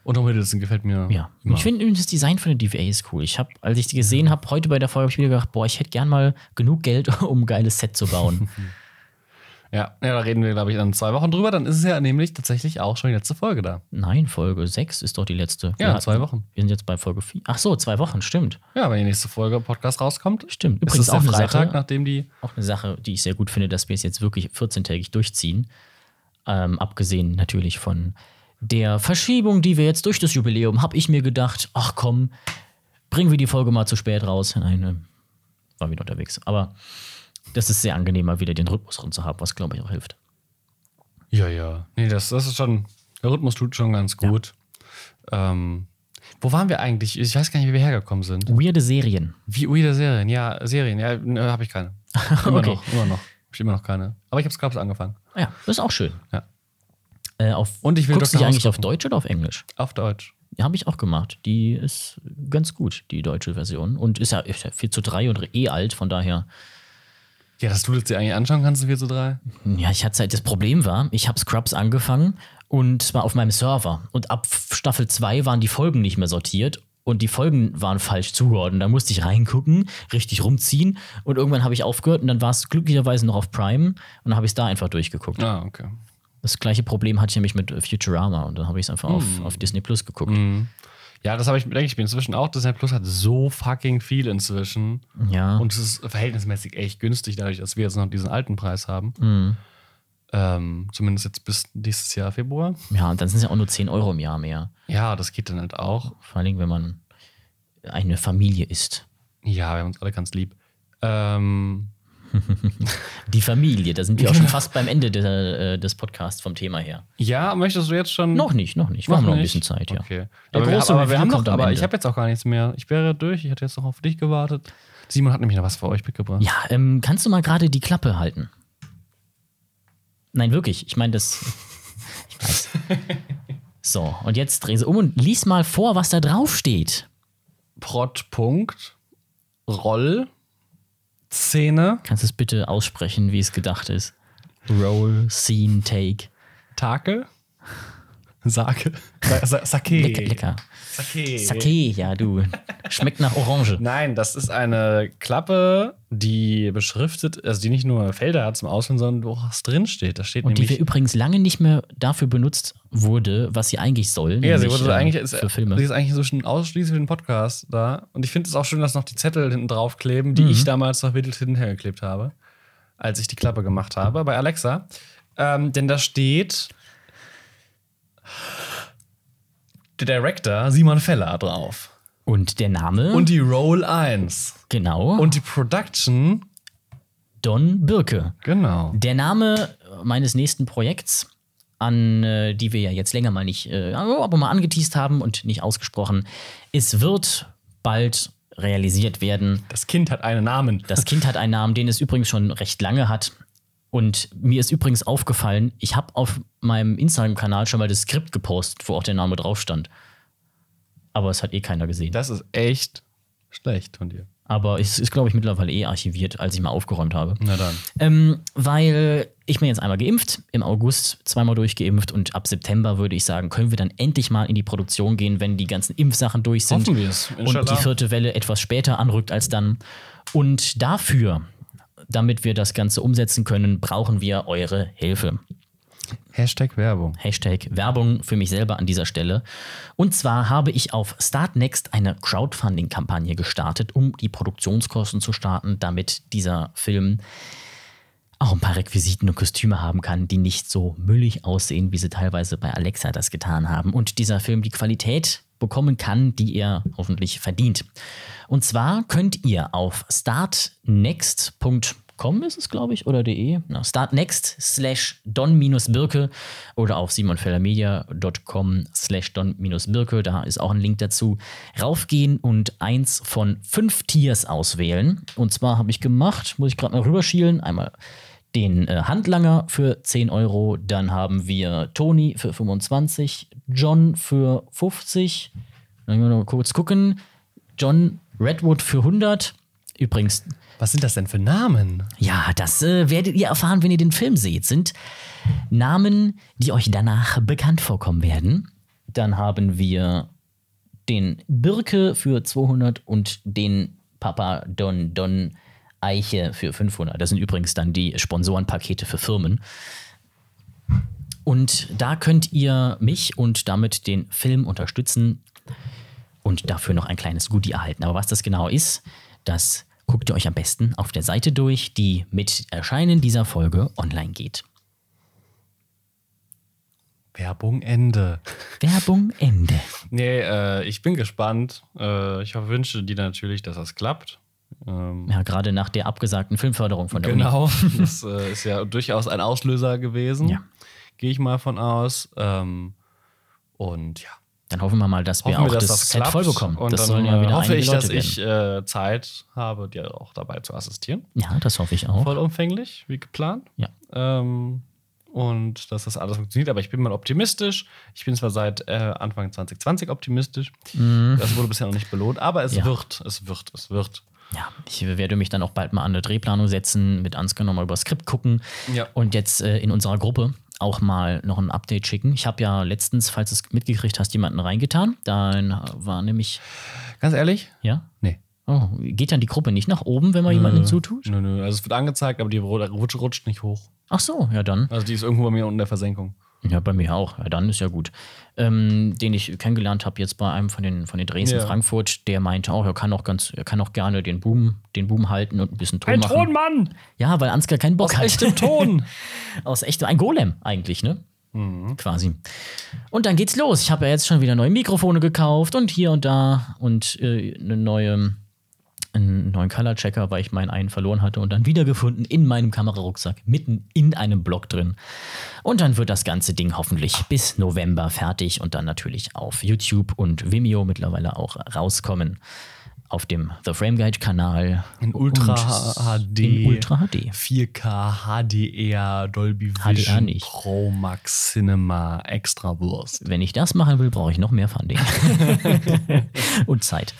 [SPEAKER 2] Und auch Middleton gefällt mir.
[SPEAKER 1] Ja.
[SPEAKER 2] immer.
[SPEAKER 1] Ich finde übrigens das Design von der DVA ist cool. Ich habe, als ich die gesehen habe, heute bei der Folge, habe ich wieder gedacht, boah, ich hätte gern mal genug Geld, um ein geiles Set zu bauen.
[SPEAKER 2] ja. ja, da reden wir, glaube ich, dann in zwei Wochen drüber. Dann ist es ja nämlich tatsächlich auch schon die letzte Folge da.
[SPEAKER 1] Nein, Folge 6 ist doch die letzte.
[SPEAKER 2] Ja,
[SPEAKER 1] Wir
[SPEAKER 2] in
[SPEAKER 1] hatten-
[SPEAKER 2] zwei Wochen.
[SPEAKER 1] Wir sind jetzt bei Folge 4. Ach so, zwei Wochen, stimmt.
[SPEAKER 2] Ja, wenn die nächste Folge Podcast rauskommt.
[SPEAKER 1] Stimmt.
[SPEAKER 2] Übrigens
[SPEAKER 1] Übrigens
[SPEAKER 2] ist es
[SPEAKER 1] auch
[SPEAKER 2] der
[SPEAKER 1] eine,
[SPEAKER 2] Freitag,
[SPEAKER 1] Sache,
[SPEAKER 2] nachdem die.
[SPEAKER 1] auch eine Sache, die ich sehr gut finde, dass wir es jetzt wirklich 14-tägig durchziehen. Ähm, abgesehen natürlich von der Verschiebung, die wir jetzt durch das Jubiläum, habe ich mir gedacht, ach komm, bringen wir die Folge mal zu spät raus. Nein, ne, war wieder unterwegs. Aber das ist sehr angenehm, mal wieder den Rhythmus drin zu haben, was glaube ich auch hilft.
[SPEAKER 2] Ja, ja. Nee, das, das ist schon. Der Rhythmus tut schon ganz gut. Ähm, wo waren wir eigentlich? Ich weiß gar nicht, wie wir hergekommen sind.
[SPEAKER 1] Weirde Serien.
[SPEAKER 2] Wie Uida Serien. Ja, Serien. Ja, ne, habe ich keine. Immer
[SPEAKER 1] Okay.
[SPEAKER 2] noch, immer noch. Hab Ich immer noch keine. Aber ich habe Scrubs angefangen.
[SPEAKER 1] Ah Ja, das ist auch schön.
[SPEAKER 2] Ja.
[SPEAKER 1] Äh, auf,
[SPEAKER 2] Und ich will
[SPEAKER 1] guckst du die
[SPEAKER 2] Dr. House
[SPEAKER 1] eigentlich auf Deutsch oder auf Englisch?
[SPEAKER 2] Auf Deutsch.
[SPEAKER 1] Ja, habe ich auch gemacht. Die ist ganz gut, die deutsche Version. Und ist ja, ist ja 4 zu 3 und eh alt, von daher.
[SPEAKER 2] Ja, dass du das dir eigentlich anschauen kannst, 4 zu 3.
[SPEAKER 1] Ja, ich hatte halt, das Problem war, ich habe Scrubs angefangen und zwar auf meinem Server. Und ab Staffel 2 waren die Folgen nicht mehr sortiert und die Folgen waren falsch zugeordnet. Da musste ich reingucken, richtig rumziehen und irgendwann habe ich aufgehört und dann war es glücklicherweise noch auf Prime und dann habe ich es da einfach durchgeguckt.
[SPEAKER 2] Ah, okay.
[SPEAKER 1] Das gleiche Problem hatte ich nämlich mit äh, Futurama und dann habe ich es einfach auf, auf Disney Plus geguckt.
[SPEAKER 2] Ja, das habe ich, denke ich, mir inzwischen auch. Disney Plus hat so fucking viel inzwischen.
[SPEAKER 1] Ja.
[SPEAKER 2] Und es ist verhältnismäßig echt günstig, dadurch, dass wir jetzt noch diesen alten Preis haben.
[SPEAKER 1] Mhm.
[SPEAKER 2] Ähm, zumindest jetzt bis nächstes Jahr Februar.
[SPEAKER 1] Ja, und dann sind es ja auch nur 10 Euro im Jahr mehr.
[SPEAKER 2] Ja, das geht dann halt auch.
[SPEAKER 1] Vor allem, wenn man eine Familie ist.
[SPEAKER 2] Ja, wir haben uns alle ganz lieb. Ähm,
[SPEAKER 1] Die Familie, da sind wir auch schon fast beim Ende der, äh, des Podcasts vom Thema her.
[SPEAKER 2] ja, möchtest du jetzt schon.
[SPEAKER 1] Noch nicht, noch nicht. Wir haben noch ein bisschen Zeit, ja.
[SPEAKER 2] Hm. Okay.
[SPEAKER 1] Der
[SPEAKER 2] Aber, wir,
[SPEAKER 1] große
[SPEAKER 2] aber wir
[SPEAKER 1] Review
[SPEAKER 2] haben noch,
[SPEAKER 1] kommt am
[SPEAKER 2] aber
[SPEAKER 1] Ende.
[SPEAKER 2] ich habe jetzt auch gar nichts mehr. Ich wäre durch. Ich hatte jetzt noch auf dich gewartet. Simon hat nämlich noch was für euch mitgebracht.
[SPEAKER 1] Ja, ähm, kannst du mal gerade die Klappe halten? Nein, wirklich. Ich meine, das. Ich weiß. So, und jetzt dreh sie um und lies mal vor, was da drauf steht.
[SPEAKER 2] Prot. Punkt. Roll. Szene.
[SPEAKER 1] Kannst du es bitte aussprechen, wie es gedacht ist? Roll, Scene, Take.
[SPEAKER 2] Takel. Sake. Sa Sa Sake.
[SPEAKER 1] Lecker, lecker.
[SPEAKER 2] Sake.
[SPEAKER 1] Sake, ja, du. Schmeckt nach Orange.
[SPEAKER 2] Nein, das ist eine Klappe, die beschriftet, also die nicht nur Felder hat zum Ausfüllen, sondern wo was drin steht. Da steht
[SPEAKER 1] Und die
[SPEAKER 2] nämlich
[SPEAKER 1] wir übrigens lange nicht mehr dafür benutzt wurde, was sie eigentlich soll.
[SPEAKER 2] Ja, sie
[SPEAKER 1] nämlich,
[SPEAKER 2] wurde
[SPEAKER 1] ähm,
[SPEAKER 2] eigentlich ist,
[SPEAKER 1] für
[SPEAKER 2] Sie
[SPEAKER 1] Filme.
[SPEAKER 2] ist eigentlich so schon ausschließlich für den Podcast da. Und ich finde es auch schön, dass noch die Zettel hinten drauf kleben, die
[SPEAKER 1] Mhm.
[SPEAKER 2] ich damals noch wild hinterhergeklebt habe, als ich die Klappe gemacht habe bei Alexa. Ähm, denn da steht der Director Simon Feller drauf.
[SPEAKER 1] Und der Name,
[SPEAKER 2] Und die Roll 1.
[SPEAKER 1] genau,
[SPEAKER 2] Und die Production.
[SPEAKER 1] Don Birke.
[SPEAKER 2] Genau.
[SPEAKER 1] Der Name äh, meines nächsten Projekts, an äh, die wir ja jetzt länger mal nicht, äh, aber mal angeteased haben und nicht ausgesprochen, es wird bald realisiert werden.
[SPEAKER 2] Das Kind hat einen Namen.
[SPEAKER 1] Das Kind hat einen Namen, den es übrigens schon recht lange hat. Und mir ist übrigens aufgefallen, ich habe auf meinem Instagram-Kanal schon mal das Skript gepostet, wo auch der Name drauf stand. Aber es hat eh keiner gesehen.
[SPEAKER 2] Das ist echt schlecht von dir.
[SPEAKER 1] Aber es ist, glaube ich, mittlerweile eh archiviert, als ich mal aufgeräumt habe.
[SPEAKER 2] Na dann.
[SPEAKER 1] Ähm, weil ich bin jetzt einmal geimpft, im August zweimal durchgeimpft und ab September würde ich sagen, können wir dann endlich mal in die Produktion gehen, wenn die ganzen Impfsachen durch sind
[SPEAKER 2] Hoffen wir es.
[SPEAKER 1] und die vierte Welle etwas später anrückt als dann. Und dafür, damit wir das Ganze umsetzen können, brauchen wir eure Hilfe.
[SPEAKER 2] Hashtag Werbung.
[SPEAKER 1] Hashtag Werbung für mich selber an dieser Stelle. Und zwar habe ich auf Startnext eine Crowdfunding-Kampagne gestartet, um die Produktionskosten zu starten, damit dieser Film auch ein paar Requisiten und Kostüme haben kann, die nicht so müllig aussehen, wie sie teilweise bei Alexa das getan haben. Und dieser Film die Qualität bekommen kann, die er hoffentlich verdient. Und zwar könnt ihr auf startnext.com ist es, glaube ich, oder de. Na, startnext slash don-birke oder auf simonfellermedia.com slash don-birke, da ist auch ein Link dazu, raufgehen und eins von fünf Tiers auswählen. Und zwar habe ich gemacht, muss ich gerade mal rüberschielen, einmal den äh, Handlanger für 10 Euro, dann haben wir Toni für 25, John für 50, dann können wir noch kurz gucken, John Redwood für 100. Übrigens,
[SPEAKER 2] Was sind das denn für Namen?
[SPEAKER 1] ja, das äh, werdet ihr erfahren, wenn ihr den Film seht. Sind Namen, die euch danach bekannt vorkommen werden. Dann haben wir den Birke für 200 und den Papa Don Don Eiche für 500. Das sind übrigens dann die Sponsorenpakete für Firmen. Und da könnt ihr mich und damit den Film unterstützen und dafür noch ein kleines Goodie erhalten. Aber was das genau ist, das guckt ihr euch am besten auf der Seite durch, die mit Erscheinen dieser Folge online geht.
[SPEAKER 2] Werbung Ende.
[SPEAKER 1] Werbung Ende.
[SPEAKER 2] Nee, äh, ich bin gespannt. Äh, ich hoffe, wünsche dir natürlich, dass das klappt. Ähm,
[SPEAKER 1] Ja, gerade nach der abgesagten Filmförderung von der Uni.
[SPEAKER 2] genau, das äh, ist ja durchaus ein Auslöser gewesen.
[SPEAKER 1] Ja.
[SPEAKER 2] Gehe ich mal von aus. Ähm, und ja,
[SPEAKER 1] Dann hoffen wir mal, dass wir
[SPEAKER 2] hoffen
[SPEAKER 1] auch
[SPEAKER 2] wir, dass
[SPEAKER 1] das,
[SPEAKER 2] das
[SPEAKER 1] Set
[SPEAKER 2] klappt.
[SPEAKER 1] voll bekommen.
[SPEAKER 2] Und
[SPEAKER 1] das
[SPEAKER 2] dann
[SPEAKER 1] sollen
[SPEAKER 2] äh,
[SPEAKER 1] ja wieder
[SPEAKER 2] hoffe
[SPEAKER 1] einige
[SPEAKER 2] ich,
[SPEAKER 1] Leute
[SPEAKER 2] dass
[SPEAKER 1] werden.
[SPEAKER 2] ich äh, Zeit habe, dir auch dabei zu assistieren.
[SPEAKER 1] Ja, das hoffe ich auch.
[SPEAKER 2] vollumfänglich, wie geplant.
[SPEAKER 1] Ja.
[SPEAKER 2] Ähm, und dass das alles funktioniert. Aber ich bin mal optimistisch. Ich bin zwar seit äh, Anfang 2020 optimistisch. Das wurde bisher noch nicht belohnt, aber es
[SPEAKER 1] Mhm. Ja.
[SPEAKER 2] wird, es wird, es wird.
[SPEAKER 1] Ja, ich werde mich dann auch bald mal an eine Drehplanung setzen, mit Ansgar nochmal über das Skript gucken
[SPEAKER 2] Ja.
[SPEAKER 1] und jetzt äh, in unserer Gruppe auch mal noch ein Update schicken. Ich habe ja letztens, falls du es mitgekriegt hast, jemanden reingetan. Dann war nämlich,
[SPEAKER 2] Ganz ehrlich?
[SPEAKER 1] ja,
[SPEAKER 2] Nee.
[SPEAKER 1] oh, geht dann die Gruppe nicht nach oben, wenn man jemanden hinzutut?
[SPEAKER 2] Nö, nö. Also es wird angezeigt, aber die rutscht, rutscht nicht hoch.
[SPEAKER 1] Ach so, ja dann.
[SPEAKER 2] Also die ist irgendwo bei mir unten in der Versenkung.
[SPEAKER 1] Ja, bei mir auch. Ja, dann ist ja gut. Ähm, den ich kennengelernt habe jetzt bei einem von den, von den Drehs in
[SPEAKER 2] Ja.
[SPEAKER 1] Frankfurt, der meinte auch, er kann auch ganz, er kann auch gerne den Boom, den Boom halten und ein bisschen Ton
[SPEAKER 2] Ein
[SPEAKER 1] machen.
[SPEAKER 2] Thronmann!
[SPEAKER 1] Ja, weil Ansgar keinen Bock
[SPEAKER 2] Aus
[SPEAKER 1] hat.
[SPEAKER 2] echtem Ton!
[SPEAKER 1] aus echt ein Golem eigentlich, ne? Quasi. Und dann geht's los. Ich habe ja jetzt schon wieder neue Mikrofone gekauft und hier und da und äh, eine neue, einen neuen Color Checker, weil ich meinen einen verloren hatte und dann wiedergefunden in meinem Kamerarucksack, mitten in einem Block drin. Und dann wird das ganze Ding hoffentlich bis November fertig und dann natürlich auf YouTube und Vimeo mittlerweile auch rauskommen. Auf dem The Frame Guide Kanal.
[SPEAKER 2] In Ultra
[SPEAKER 1] und
[SPEAKER 2] HD.
[SPEAKER 1] In Ultra HD.
[SPEAKER 2] 4K HDR Dolby
[SPEAKER 1] HDR
[SPEAKER 2] Vision
[SPEAKER 1] nicht.
[SPEAKER 2] Pro Max Cinema Extra Wurst.
[SPEAKER 1] Wenn ich das machen will, brauche ich noch mehr Funding. und Zeit.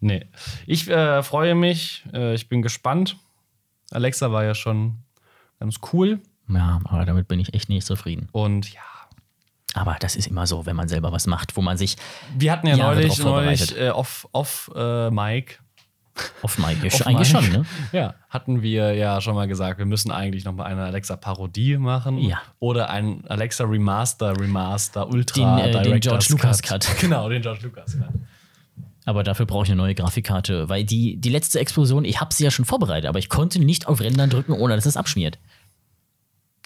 [SPEAKER 2] Nee. Ich äh, freue mich. Äh, ich bin gespannt. Alexa war ja schon ganz cool.
[SPEAKER 1] Ja, aber damit bin ich echt nicht zufrieden.
[SPEAKER 2] Und ja.
[SPEAKER 1] Aber das ist immer so, wenn man selber was macht, wo man sich
[SPEAKER 2] Wir hatten ja
[SPEAKER 1] Ja,
[SPEAKER 2] neulich,
[SPEAKER 1] darauf vorbereitet.
[SPEAKER 2] neulich äh, off, off äh, Mike.
[SPEAKER 1] auf Mike eigentlich
[SPEAKER 2] Mike.
[SPEAKER 1] schon, ne?
[SPEAKER 2] Ja, hatten wir ja schon mal gesagt, wir müssen eigentlich noch mal eine Alexa-Parodie machen
[SPEAKER 1] Ja.
[SPEAKER 2] oder ein Alexa Remaster, Remaster,
[SPEAKER 1] Den,
[SPEAKER 2] Ultra,
[SPEAKER 1] äh, den
[SPEAKER 2] Director's
[SPEAKER 1] George Lucas Cut.
[SPEAKER 2] Genau, den George Lucas Cut.
[SPEAKER 1] Aber dafür brauche ich eine neue Grafikkarte, weil die, die letzte Explosion, ich habe sie ja schon vorbereitet, aber ich konnte nicht auf Rendern drücken, ohne dass es abschmiert.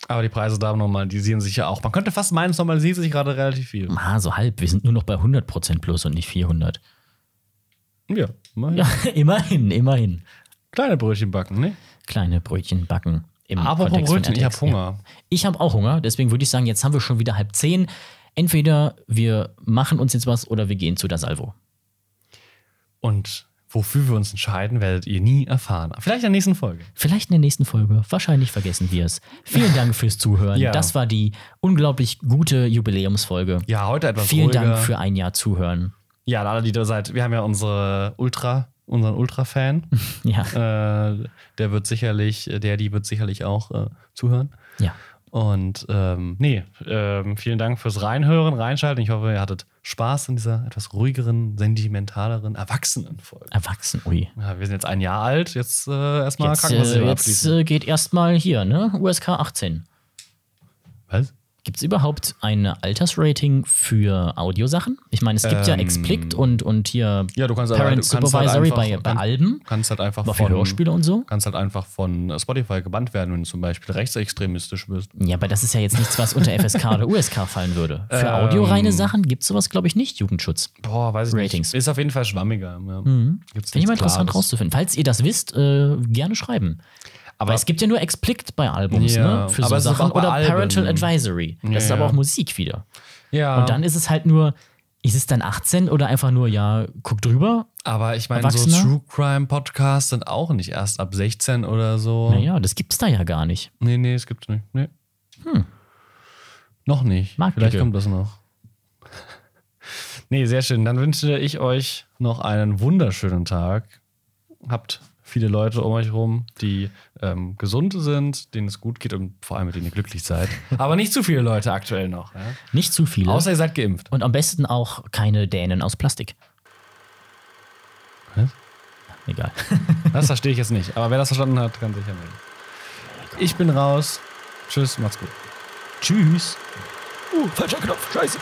[SPEAKER 2] Aber die Preise da normalisieren sich ja auch. Man könnte fast meinen, es normalisiert sich gerade relativ viel.
[SPEAKER 1] Ah, so halb. Wir sind nur noch bei 100% plus und nicht 400.
[SPEAKER 2] Ja, immerhin.
[SPEAKER 1] Ja, immerhin, immerhin.
[SPEAKER 2] kleine Brötchen backen, ne?
[SPEAKER 1] Kleine Brötchen backen. Im
[SPEAKER 2] Aber
[SPEAKER 1] Kontext von
[SPEAKER 2] Brötchen, ich habe
[SPEAKER 1] RTX, ja.
[SPEAKER 2] Hunger.
[SPEAKER 1] Ich habe auch Hunger, deswegen würde ich sagen, jetzt haben wir schon wieder halb zehn. Entweder wir machen uns jetzt was oder wir gehen zu der Salvo.
[SPEAKER 2] Und wofür wir uns entscheiden, werdet ihr nie erfahren. Vielleicht in der nächsten Folge.
[SPEAKER 1] Vielleicht in der nächsten Folge, wahrscheinlich vergessen wir es. Vielen Dank fürs Zuhören.
[SPEAKER 2] Ja.
[SPEAKER 1] Das war die unglaublich gute Jubiläumsfolge.
[SPEAKER 2] Ja, heute etwas
[SPEAKER 1] Vielen
[SPEAKER 2] ruhiger.
[SPEAKER 1] Dank für ein Jahr Zuhören.
[SPEAKER 2] Ja, an alle, die da seid. Wir haben ja unsere Ultra, unseren Ultra-Fan.
[SPEAKER 1] Ja,
[SPEAKER 2] äh, der wird sicherlich, äh, der, die wird sicherlich auch äh, zuhören.
[SPEAKER 1] ja.
[SPEAKER 2] Und ähm, nee, ähm, vielen Dank fürs Reinhören, Reinschalten. Ich hoffe, ihr hattet Spaß in dieser etwas ruhigeren, sentimentaleren, erwachsenen Folge.
[SPEAKER 1] Erwachsen, ui.
[SPEAKER 2] Ja, wir sind jetzt ein Jahr alt. Jetzt äh, erstmal
[SPEAKER 1] Jetzt, äh, jetzt äh, geht erstmal hier, ne? USK 18.
[SPEAKER 2] Was?
[SPEAKER 1] Gibt es überhaupt ein Altersrating für Audiosachen? Ich meine, es gibt ja
[SPEAKER 2] Ähm,
[SPEAKER 1] Explicit und, und hier
[SPEAKER 2] Ja, du kannst
[SPEAKER 1] Parent
[SPEAKER 2] halt, du kannst halt
[SPEAKER 1] Supervisory
[SPEAKER 2] einfach,
[SPEAKER 1] bei, bei
[SPEAKER 2] kannst-
[SPEAKER 1] Alben,
[SPEAKER 2] Kannst halt einfach
[SPEAKER 1] aber für
[SPEAKER 2] von,
[SPEAKER 1] Hörspiele und so.
[SPEAKER 2] kannst halt einfach von Spotify gebannt werden, wenn du zum Beispiel rechtsextremistisch bist.
[SPEAKER 1] Ja, aber das ist ja jetzt nichts, was unter FSK oder USK fallen würde. Für
[SPEAKER 2] Ähm,
[SPEAKER 1] audioreine Sachen gibt es sowas, glaube ich, nicht, Jugendschutz.
[SPEAKER 2] Boah, weiß ich
[SPEAKER 1] Ratings.
[SPEAKER 2] nicht. Ist auf jeden Fall schwammiger. Ja. Gibt's
[SPEAKER 1] Finde ich mal
[SPEAKER 2] nichts
[SPEAKER 1] interessant
[SPEAKER 2] Klares.
[SPEAKER 1] rauszufinden. Falls ihr das wisst, äh, gerne schreiben. Aber
[SPEAKER 2] Aber-
[SPEAKER 1] es gibt ja nur Explicit bei Albums,
[SPEAKER 2] Ja,
[SPEAKER 1] ne? Für so
[SPEAKER 2] aber es ist auch
[SPEAKER 1] Sachen.
[SPEAKER 2] bei
[SPEAKER 1] Oder
[SPEAKER 2] Alben.
[SPEAKER 1] Parental Advisory. Das
[SPEAKER 2] Ja,
[SPEAKER 1] ist aber
[SPEAKER 2] ja. Ah.
[SPEAKER 1] auch Musik wieder.
[SPEAKER 2] Ja,
[SPEAKER 1] Und dann ist es halt nur, ist es dann 18 oder einfach nur, ja, guck drüber?
[SPEAKER 2] aber ich meine, so
[SPEAKER 1] Erwachsener?
[SPEAKER 2] True Crime Podcasts sind auch nicht erst ab 16 oder so.
[SPEAKER 1] Naja, das gibt's da ja gar nicht.
[SPEAKER 2] Nee, nee, es gibt's nicht. Nee. Hm. Noch nicht.
[SPEAKER 1] Marktlücke.
[SPEAKER 2] Vielleicht kommt das noch. nee, sehr schön. Dann wünsche ich euch noch einen wunderschönen Tag. Habt viele Leute um euch rum, die ähm, gesund sind, denen es gut geht und vor allem mit denen ihr glücklich seid. Aber nicht zu viele Leute aktuell noch. Ja?
[SPEAKER 1] Nicht zu viele.
[SPEAKER 2] Außer ihr seid geimpft.
[SPEAKER 1] Und am besten auch keine Dänen aus Plastik.
[SPEAKER 2] Was?
[SPEAKER 1] Egal.
[SPEAKER 2] Das verstehe ich jetzt nicht. Aber wer das verstanden hat, kann sicher melden. Ich bin raus. Tschüss, macht's gut.
[SPEAKER 1] Tschüss. Uh, falscher Knopf. Scheiße.